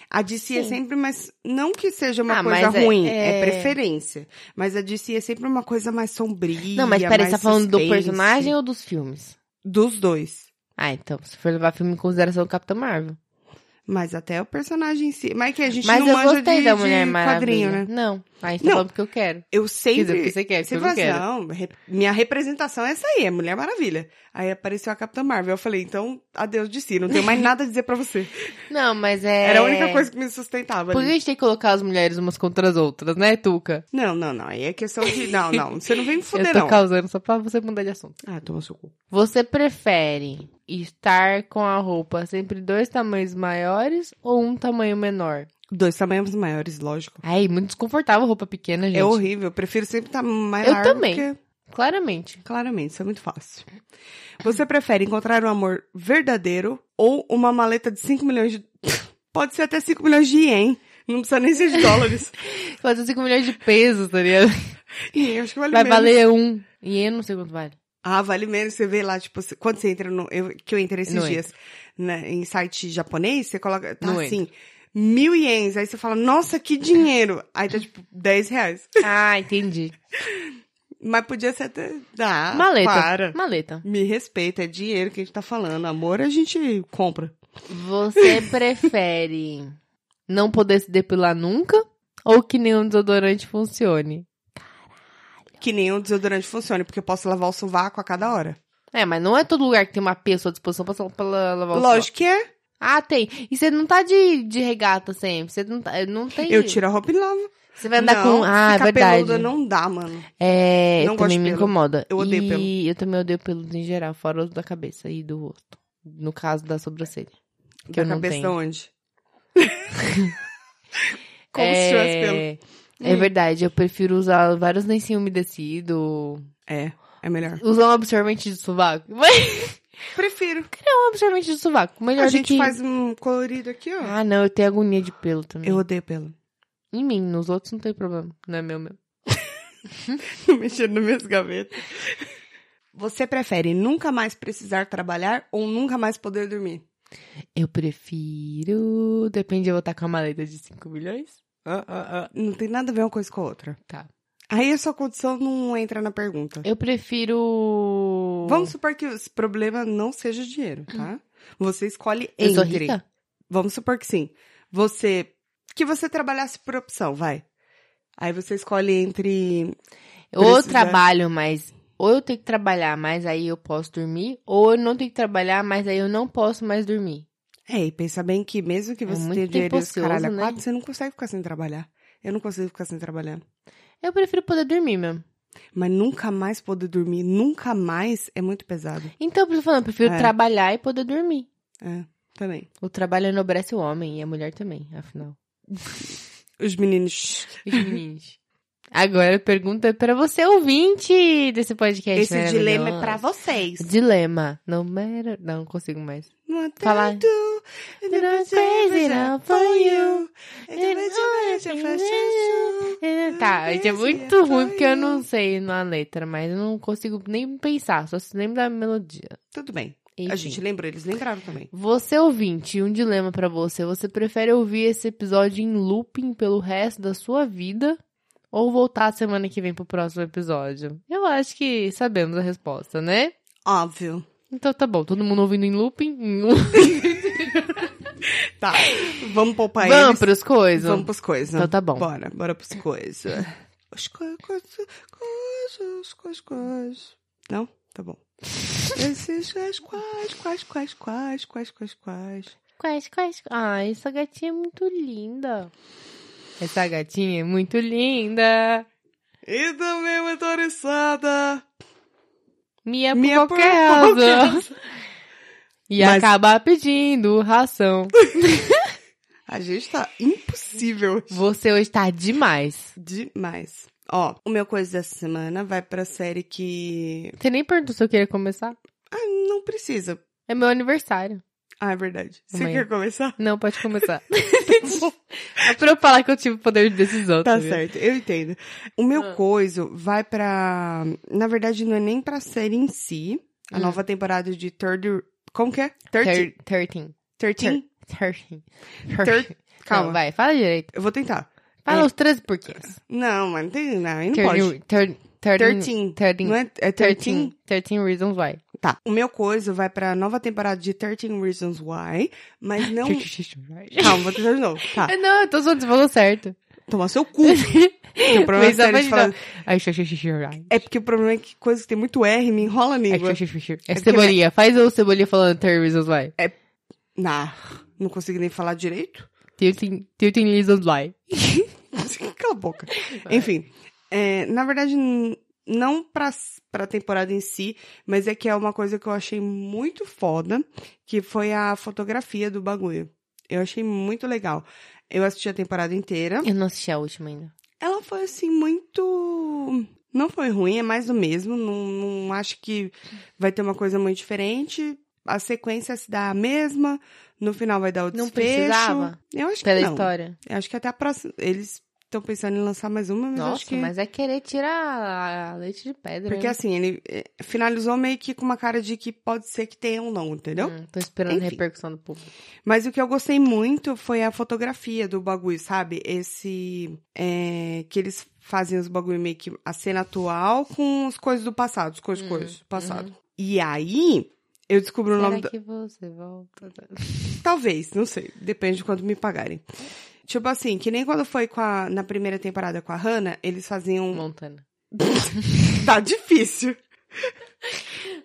B: A DC é
A: Sim.
B: sempre mais. Não que seja uma
A: Ah,
B: coisa
A: mas é-
B: ruim,
A: é-
B: é... preferência. Mas a DC é sempre uma coisa mais sombria.
A: Não, mas peraí, você tá
B: mais
A: falando do
B: suspense.
A: personagem ou dos filmes?
B: Dos dois.
A: Ah, então, se for levar filme em consideração, Capitã Marvel.
B: Mas até o personagem em si. Mas é que a gente
A: Mas
B: não
A: eu
B: manja
A: gostei
B: de,
A: da Mulher
B: de
A: Maravilha.
B: quadrinho, né?
A: Não, a gente tá
B: Não.
A: falando porque eu quero.
B: Eu
A: Quer dizer,
B: sempre.
A: porque você quer, porque
B: Você
A: eu
B: fala
A: não
B: assim,
A: quero.
B: não, re- minha representação é essa aí, é Mulher Maravilha. Aí apareceu a Capitã Marvel. Eu falei, então, adeus de si, não tenho mais nada a dizer pra você.
A: Não, mas é...
B: Era a única coisa que me sustentava.
A: Por que a
B: ali.
A: gente tem que colocar as mulheres umas contra as outras, né, Tuca?
B: Não, não, não. Aí é questão de. Não, não. Você não vem me
A: eu
B: fuder,
A: tô
B: não.
A: causando só pra você mudar de assunto.
B: Ah, toma seu cu.
A: Você prefere estar com a roupa sempre dois tamanhos maiores ou um tamanho menor?
B: Dois tamanhos maiores, lógico.
A: Ai, muito desconfortável roupa pequena, gente.
B: É horrível. Eu prefiro sempre estar mais
A: Eu
B: largo,
A: também.
B: Porque,
A: Claramente.
B: claramente, isso é muito fácil. Você prefere encontrar um amor verdadeiro ou uma maleta de 5 milhões de... Pode ser até 5 milhões de ien. Não precisa nem ser de dólares.
A: Fazer 5 milhões de pesos, tá ligado?
B: ien, acho que vale
A: Vai
B: menos.
A: valer um. E eu não sei quanto vale.
B: Ah, vale menos. Você vê lá, tipo, se- quando você entra no... eu- que eu entrei esses
A: Não
B: dias né, em site japonês, você coloca... Tá
A: Não
B: assim... Mil ienes, aí você fala, nossa, que dinheiro! Aí tá tipo 10 reais.
A: Ah, entendi.
B: Mas podia ser até. Ah,
A: maleta.
B: Para.
A: Maleta.
B: Me respeita, é dinheiro que a gente tá falando. Amor a gente compra.
A: Você prefere não poder se depilar nunca ou que nenhum desodorante funcione?
B: Que nem o desodorante funcione, porque eu posso lavar o sovaco a cada hora.
A: É, mas não é todo lugar que tem uma pessoa à disposição pra, só- pra lavar o
B: Lógico que é.
A: suor. Ah, tem. E você não tá de, de regata sempre. Você não, tá, não tem.
B: Eu tiro a roupa e lavo.
A: Você vai andar
B: não,
A: com. Ah, é
B: ficar
A: verdade.
B: peluda não dá, mano.
A: É,
B: Não
A: eu também
B: gosto de
A: me
B: pelo.
A: incomoda.
B: Eu odeio
A: e
B: pelo.
A: eu também odeio pelos em geral, fora os da cabeça e do rosto. No caso da sobrancelha. Que
B: da
A: eu não
B: cabeça
A: tenho.
B: onde? Como se tivesse pelo.
A: É
B: Hum.
A: verdade, eu prefiro usar vários lencinhos umedecidos.
B: É, é melhor.
A: Usar um absorvente de sovaco. Mas
B: Prefiro.
A: um absorvente de sovaco. Melhor
B: a
A: do
B: gente
A: que...
B: faz um colorido aqui, ó.
A: Ah, não, eu tenho agonia de pelo também.
B: Eu odeio pelo.
A: Em mim, nos outros não tem problema. Não é meu mesmo.
B: Mexendo nas minhas gavetas. Você prefere nunca mais precisar trabalhar ou nunca mais poder dormir?
A: Eu prefiro... Depende, eu vou estar com a maleta de 5 milhões? Ah, ah, ah.
B: Não tem nada a ver uma coisa com a outra.
A: Tá.
B: Aí a sua condição não entra na pergunta.
A: Eu prefiro...
B: Vamos supor que esse problema não seja dinheiro, tá? Você escolhe
A: Hum. Eu sou
B: entre.
A: rica?
B: Vamos supor que sim. Você. Que você trabalhasse por opção, vai. Aí você escolhe entre.
A: Ou eu
B: Precisar.
A: trabalho, mas... Ou eu tenho que trabalhar, mas aí eu posso dormir. Ou eu não tenho que trabalhar, mas aí eu não posso mais dormir.
B: É, e pensa bem que mesmo que
A: É
B: você
A: muito
B: tenha dinheiro e os
A: tempo
B: caralho a
A: ocioso, né?
B: quatro, você não consegue ficar sem trabalhar. Eu não consigo ficar sem trabalhar.
A: Eu prefiro poder dormir mesmo.
B: Mas nunca mais poder dormir, nunca mais é muito pesado.
A: Então, eu tô falando, eu prefiro
B: É.
A: trabalhar e poder dormir.
B: É, também.
A: O trabalho enobrece o homem e a mulher também, afinal.
B: Os meninos.
A: Os meninos. Agora a pergunta é pra você, ouvinte desse podcast.
B: Esse dilema é pra
A: maravilhoso.
B: vocês.
A: Dilema. Não matter... Não, não consigo mais.
B: What do
A: Falar.
B: I do?
A: Then I'm crazy now for you.
B: É And I do it for you.
A: tá, gente, é muito ruim porque eu não sei na letra, mas eu não consigo nem pensar, só se lembro da melodia.
B: Tudo bem.
A: Enfim.
B: A gente lembrou, eles lembraram também.
A: Você ouvinte, um dilema pra você. Você prefere ouvir esse episódio em looping pelo resto da sua vida ou voltar semana que vem pro próximo episódio? Eu acho que sabemos a resposta, né?
B: Óbvio.
A: Então tá bom, todo mundo ouvindo em looping? Em um
B: Tá. Vamos poupar
A: Vamos
B: eles.
A: pros coisas.
B: Vamos pros coisas.
A: Então tá bom.
B: Bora, bora pros coisas. As coisas, coisas, coisas, coisas. Não? Tá bom. Esses quais, quais, quais, quais, quais, quais, quais, quais.
A: Quais, quais? Ah, essa gatinha é muito linda. Essa gatinha é muito linda.
B: E também uma toriçada.
A: Minha É por
B: Mia por
A: qualquer
B: qualquer
A: razão. E
B: Mas-
A: acabar pedindo ração.
B: A gente tá impossível hoje.
A: Você hoje tá demais.
B: demais. Ó, o meu coisa dessa semana vai pra série que.
A: Você nem perguntou se eu queria começar.
B: Ah, não precisa.
A: É meu aniversário.
B: Ah, é verdade. Você
A: Amanhã.
B: quer começar?
A: Não, pode começar. é pra eu falar que eu tive poder de decisão.
B: Tá
A: viu?
B: certo, eu entendo. O meu
A: Ah.
B: coisa vai pra. Na verdade, não é nem pra série em si. A
A: Hum.
B: nova temporada de Third. Como que é? Thirteen.
A: Ter- Thirteen.
B: Thirteen?
A: Thirteen.
B: Thir-
A: Não,
B: Calma,
A: vai, fala direito.
B: eu vou tentar.
A: Fala
B: É.
A: os 13 porquês.
B: Não, mas não tem. Não, aí não pode.
A: Thirteen- thir- Thirteen.
B: Thirteen.
A: Thirteen.
B: Não é, é 13?
A: 13, 13 Reasons Why.
B: Tá. O meu coisa vai pra nova temporada de 13 Reasons Why, mas não. Calma, vou tentar de novo. Tá.
A: É, Não, eu tô só você falou certo.
B: Tomar seu cu. Tem um problema
A: Mas só
B: sério de
A: pra
B: falar-
A: Ai, xixi, xixi, xixi.
B: É porque o problema é que coisa que tem muito R me enrola a
A: Ai,
B: língua.
A: xixi, xixi. É
B: porque-
A: cebolinha. Faz o cebolinha falando 13 Reasons Why.
B: Nah, não consegui nem falar direito.
A: 13 13 Reasons Why.
B: Cala a boca. Enfim, é, na verdade, n- não pra, s- pra temporada em si, mas é que é uma coisa que eu achei muito foda, que foi a fotografia do bagulho. Eu achei muito legal. Eu assisti a temporada inteira.
A: Eu não assisti a última ainda.
B: Ela foi assim muito. Não foi ruim, é mais do mesmo. Não, não acho que vai ter uma coisa muito diferente. A sequência se dá a mesma. No final vai dar o
A: Não
B: desfecho.
A: precisava?
B: Eu acho
A: Pela
B: que não.
A: história.
B: Eu acho que até a próxima. Eles estão pensando em lançar mais uma, mas eu
A: Nossa,
B: acho que.
A: mas é querer tirar a leite de pedra.
B: Porque
A: né?
B: assim, ele eh, finalizou meio que com uma cara de que pode ser que tenha ou não, entendeu?
A: Hum, tô esperando a
B: Enfim.
A: repercussão do público.
B: Mas o que eu gostei muito foi a fotografia do bagulho, sabe? Esse. é, que eles fazem os bagulho meio que a cena atual com as coisas do passado, as coisas,
A: Uhum,
B: coisas do passado. E aí, eu descobri o nome
A: Será
B: da.
A: que você volta?
B: Talvez, não sei. Depende de quanto me pagarem. Tipo assim, que nem quando foi com a- na primeira temporada com a Hannah, eles
A: Hum.
B: faziam. um,
A: Montana.
B: tá difícil.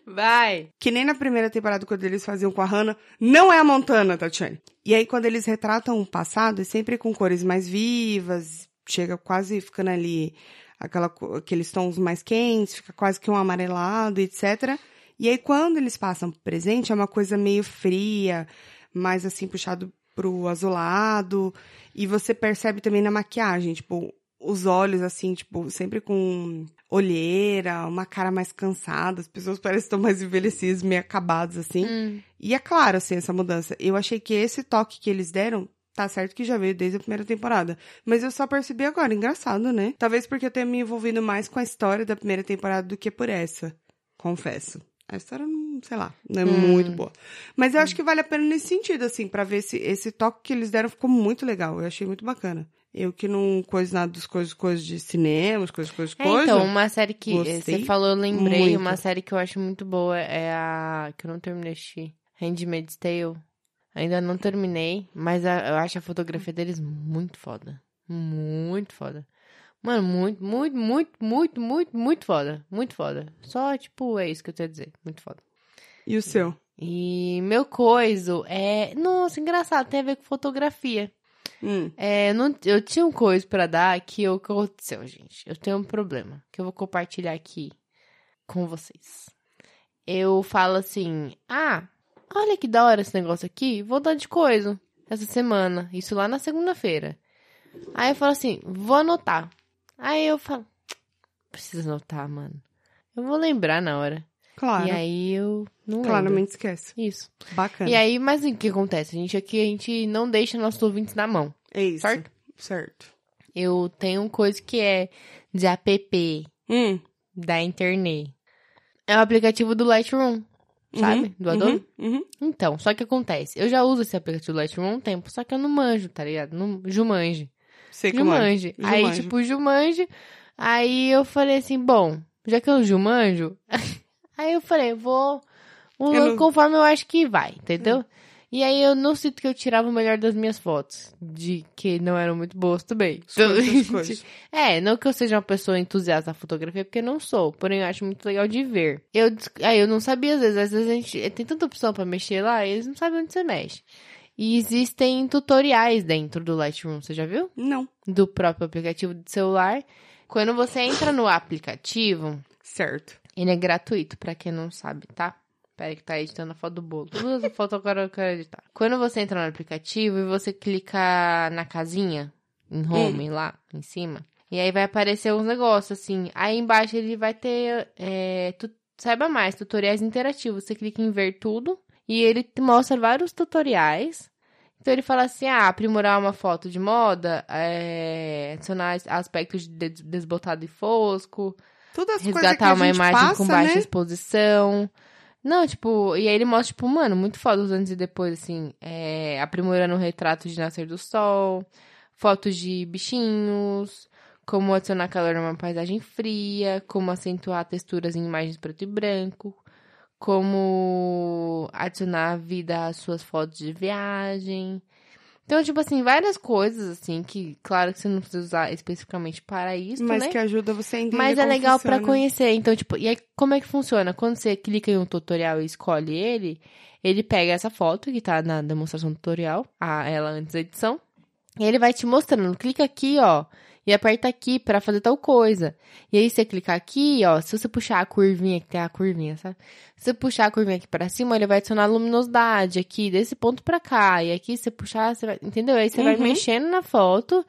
A: Vai!
B: Que nem na primeira temporada, quando eles faziam com a Hannah, não é a Montana, Tatiane. E aí, quando eles retratam o passado, é sempre com cores mais vivas, chega quase ficando ali aquela, co- aqueles tons mais quentes, fica quase que um amarelado, etc. E aí, quando eles passam pro presente, é uma coisa meio fria, mais assim, puxado pro azulado. E você percebe também na maquiagem, tipo, os olhos, assim, tipo, sempre com olheira, uma cara mais cansada, as pessoas parecem que estão mais envelhecidas, meio acabadas, assim.
A: Hum,
B: E é claro, assim, essa mudança. Eu achei que esse toque que eles deram, tá certo que já veio desde a primeira temporada. Mas eu só percebi agora, engraçado, né? Talvez porque eu tenha me envolvido mais com a história da primeira temporada do que por essa. Confesso. A história, não sei lá, não é
A: Hum.
B: muito boa. Mas eu acho que vale a pena nesse sentido, assim, pra ver se esse toque que eles deram ficou muito legal. Eu achei muito bacana. Eu que não coisa nada dos coisas, coisas de cinema, as coisas, coisas,
A: É,
B: coisas.
A: então, uma série que
B: Gostei
A: você falou, eu lembrei.
B: muito.
A: Uma série que eu acho muito boa é a. que eu não terminei de assistir. Handmaid's Tale. Ainda não terminei, mas a- eu acho a fotografia deles muito foda. Muito foda. Mano, muito, muito, muito, muito, muito, muito foda. Muito foda. Só, tipo, é isso que eu tenho a dizer. Muito foda.
B: E o seu?
A: E meu coiso é. Nossa, engraçado, tem a ver com fotografia.
B: Hum.
A: É, eu não, eu tinha um coisa pra dar que o que aconteceu, gente. Eu tenho um problema que eu vou compartilhar aqui com vocês. Eu falo assim: "Ah, olha que da hora esse negócio aqui, vou dar de coisa essa semana, isso lá na segunda-feira". Aí eu falo assim: "Vou anotar". Aí eu falo: "Preciso anotar, mano. Eu vou lembrar na hora".
B: Claro.
A: E aí eu não lembro.
B: Claramente esquece.
A: Isso.
B: Bacana.
A: E aí, assim, é mas o que acontece? A gente aqui a gente não deixa nossos ouvintes na mão.
B: É isso.
A: Certo?
B: Certo.
A: Eu tenho coisa que é de app
B: Hum.
A: da internet. É o aplicativo do Lightroom, sabe?
B: Uhum,
A: do Adobe.
B: Uhum, uhum.
A: Então, só que acontece. Eu já uso esse aplicativo do Lightroom há um tempo, só que eu não manjo, tá ligado? Não, Jumanji.
B: Sei como é.
A: Jumanji. Aí,
B: Jumanji.
A: tipo, Jumanji. Aí eu falei assim, bom, já que eu Jumanjo, aí eu falei, vou vou
B: Eu não- Hum.
A: conforme eu acho que vai, entendeu? E aí eu não sinto que eu tirava o melhor das minhas fotos, de que não eram muito boas também.
B: Escolha essas
A: Então,
B: coisas.
A: é, não que eu seja uma pessoa entusiasta da fotografia, porque eu não sou, porém eu acho muito legal de ver. Eu, des- aí eu não sabia, às vezes, às vezes a gente é, tem tanta opção pra mexer lá, eles não sabem onde você mexe. E existem tutoriais dentro do Lightroom, você já viu?
B: Não.
A: do próprio aplicativo de celular. Quando você entra no aplicativo,
B: Certo.
A: ele é gratuito, pra quem não sabe, tá? Peraí que tá editando a foto do bolo. Duas fotos agora eu quero editar. Quando você entra no aplicativo e você clica na casinha, em home, lá em cima, e aí vai aparecer uns negócios assim. Aí embaixo ele vai ter, é, tu- saiba mais, tutoriais interativos. Você clica em ver tudo e ele te mostra vários tutoriais. Então ele fala assim, ah, aprimorar uma foto de moda, é, adicionar aspectos de des- desbotado e fosco,
B: Todas as coisas que
A: resgatar
B: a
A: uma
B: gente
A: imagem
B: passa,
A: com baixa
B: né?
A: exposição. Não, tipo, e aí ele mostra, tipo, mano, muito foda os antes e depois, assim, é, aprimorando o retrato de nascer do sol, fotos de bichinhos, como adicionar calor numa paisagem fria, como acentuar texturas em imagens preto e branco, como adicionar vida às suas fotos de viagem. Então, tipo assim, várias coisas, assim, que, claro que você não precisa usar especificamente para isso,
B: Mas
A: né?
B: que ajuda você a entender
A: Mas é
B: como
A: legal pra
B: funciona.
A: conhecer. Então, tipo, e aí como é que funciona? Quando você clica em um tutorial e escolhe ele, ele pega essa foto que tá na demonstração do tutorial, a, ela antes da edição, e ele vai te mostrando. Clica aqui, ó, e aperta aqui pra fazer tal coisa. E aí você clicar aqui, ó, se você puxar a curvinha, que tem a curvinha, sabe? Se você puxar a curvinha aqui pra cima, ele vai adicionar luminosidade aqui, desse ponto pra cá. E aqui, se você puxar, você vai, entendeu? Aí você vai
B: Uhum.
A: mexendo na foto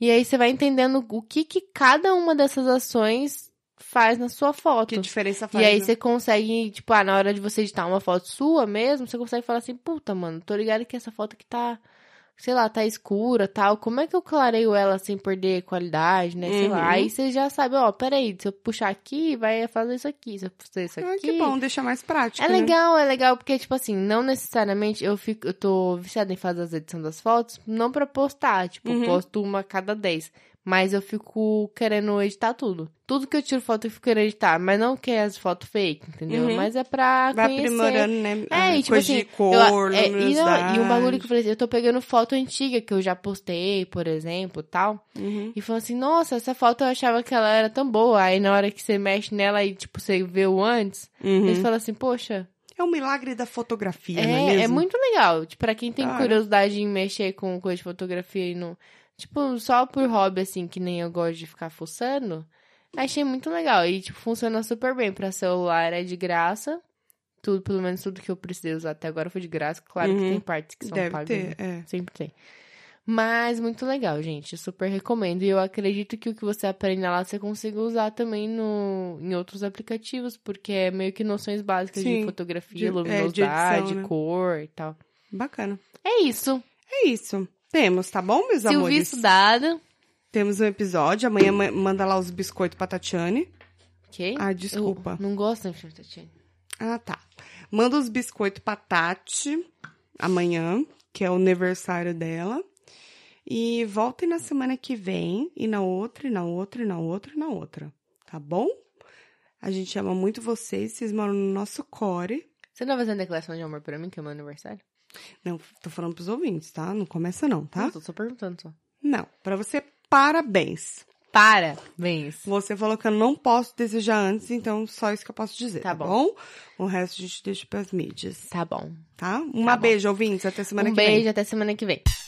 A: e aí você vai entendendo o que, que cada uma dessas ações faz na sua foto.
B: Que diferença
A: E
B: faz.
A: aí
B: né?
A: você consegue, tipo, ah, na hora de você editar uma foto sua mesmo, você consegue falar assim, puta, mano, tô ligado que essa foto aqui tá, sei lá, tá escura tal. Como é que eu clareio ela sem perder qualidade, né? Sei
B: Uhum.
A: lá. Aí você já sabe, ó, peraí, se eu puxar aqui, vai fazer isso aqui. Se eu fazer isso aqui.
B: Ah, que bom, deixa mais prático.
A: É
B: né?
A: legal, é legal, porque, tipo assim, não necessariamente eu fico, eu tô viciada em fazer as edições das fotos, não pra postar, tipo,
B: Uhum.
A: posto uma a cada 10. Mas eu fico querendo editar tudo. Tudo que eu tiro foto eu fico querendo editar, mas não que as fotos fake, entendeu?
B: Uhum.
A: Mas é pra
B: Vai
A: conhecer.
B: aprimorando, né?
A: É, e tipo
B: coisa de
A: assim, eu-
B: cor,
A: é, e, não,
B: luminosidade.
A: e um bagulho que eu falei assim, eu tô pegando foto antiga que eu já postei, por exemplo, tal.
B: Uhum.
A: E falou assim, nossa, essa foto eu achava que ela era tão boa. Aí na hora que você mexe nela e, tipo, você vê o antes,
B: Uhum.
A: eles falam assim, poxa,
B: É um milagre da fotografia, não é
A: é,
B: mesmo?
A: é muito legal. Tipo, pra quem tem
B: Cara.
A: curiosidade em mexer com coisa de fotografia e não. Tipo, só por hobby, assim, que nem eu gosto de ficar fuçando. Achei muito legal. E, tipo, funciona super bem. Pra celular é de graça. Tudo, pelo menos tudo que eu precisei usar até agora foi de graça. Claro que
B: Uhum.
A: tem partes que são
B: Deve
A: pagas. né?
B: ter, é.
A: Sempre tem. Mas muito legal, gente. Super recomendo. E eu acredito que o que você aprende lá você consiga usar também no, em outros aplicativos, porque é meio que noções básicas
B: Sim,
A: de fotografia,
B: de- é, de
A: luminosidade,
B: edição, né?
A: cor e tal.
B: Bacana.
A: É isso.
B: É isso. Temos, tá bom, meus
A: Silvia
B: amores?
A: estudada.
B: Temos um episódio. Amanhã ma- manda lá os biscoitos pra Tatiane.
A: Ok?
B: Ah, desculpa.
A: Eu não gosto da filme Tatiana.
B: Ah, tá. Manda os biscoitos pra Tati amanhã, que é o aniversário dela. E voltem na semana que vem, e na outra, e na outra, e na outra, e na outra. Tá bom? A gente ama muito vocês, vocês moram no nosso core.
A: Você não vai fazer uma declaração de amor pra mim, que é meu aniversário?
B: Não, tô falando pros ouvintes, tá? Não começa não, tá?
A: Não, tô só perguntando só.
B: Não, pra você, parabéns.
A: Parabéns.
B: Você falou que eu não posso desejar antes, então só isso que eu posso dizer, tá,
A: Tá
B: bom. O resto a gente deixa pras mídias,
A: Tá bom.
B: tá? Uma
A: bom.
B: beijo, ouvintes, até semana
A: um
B: que vem.
A: beijo, até semana que vem.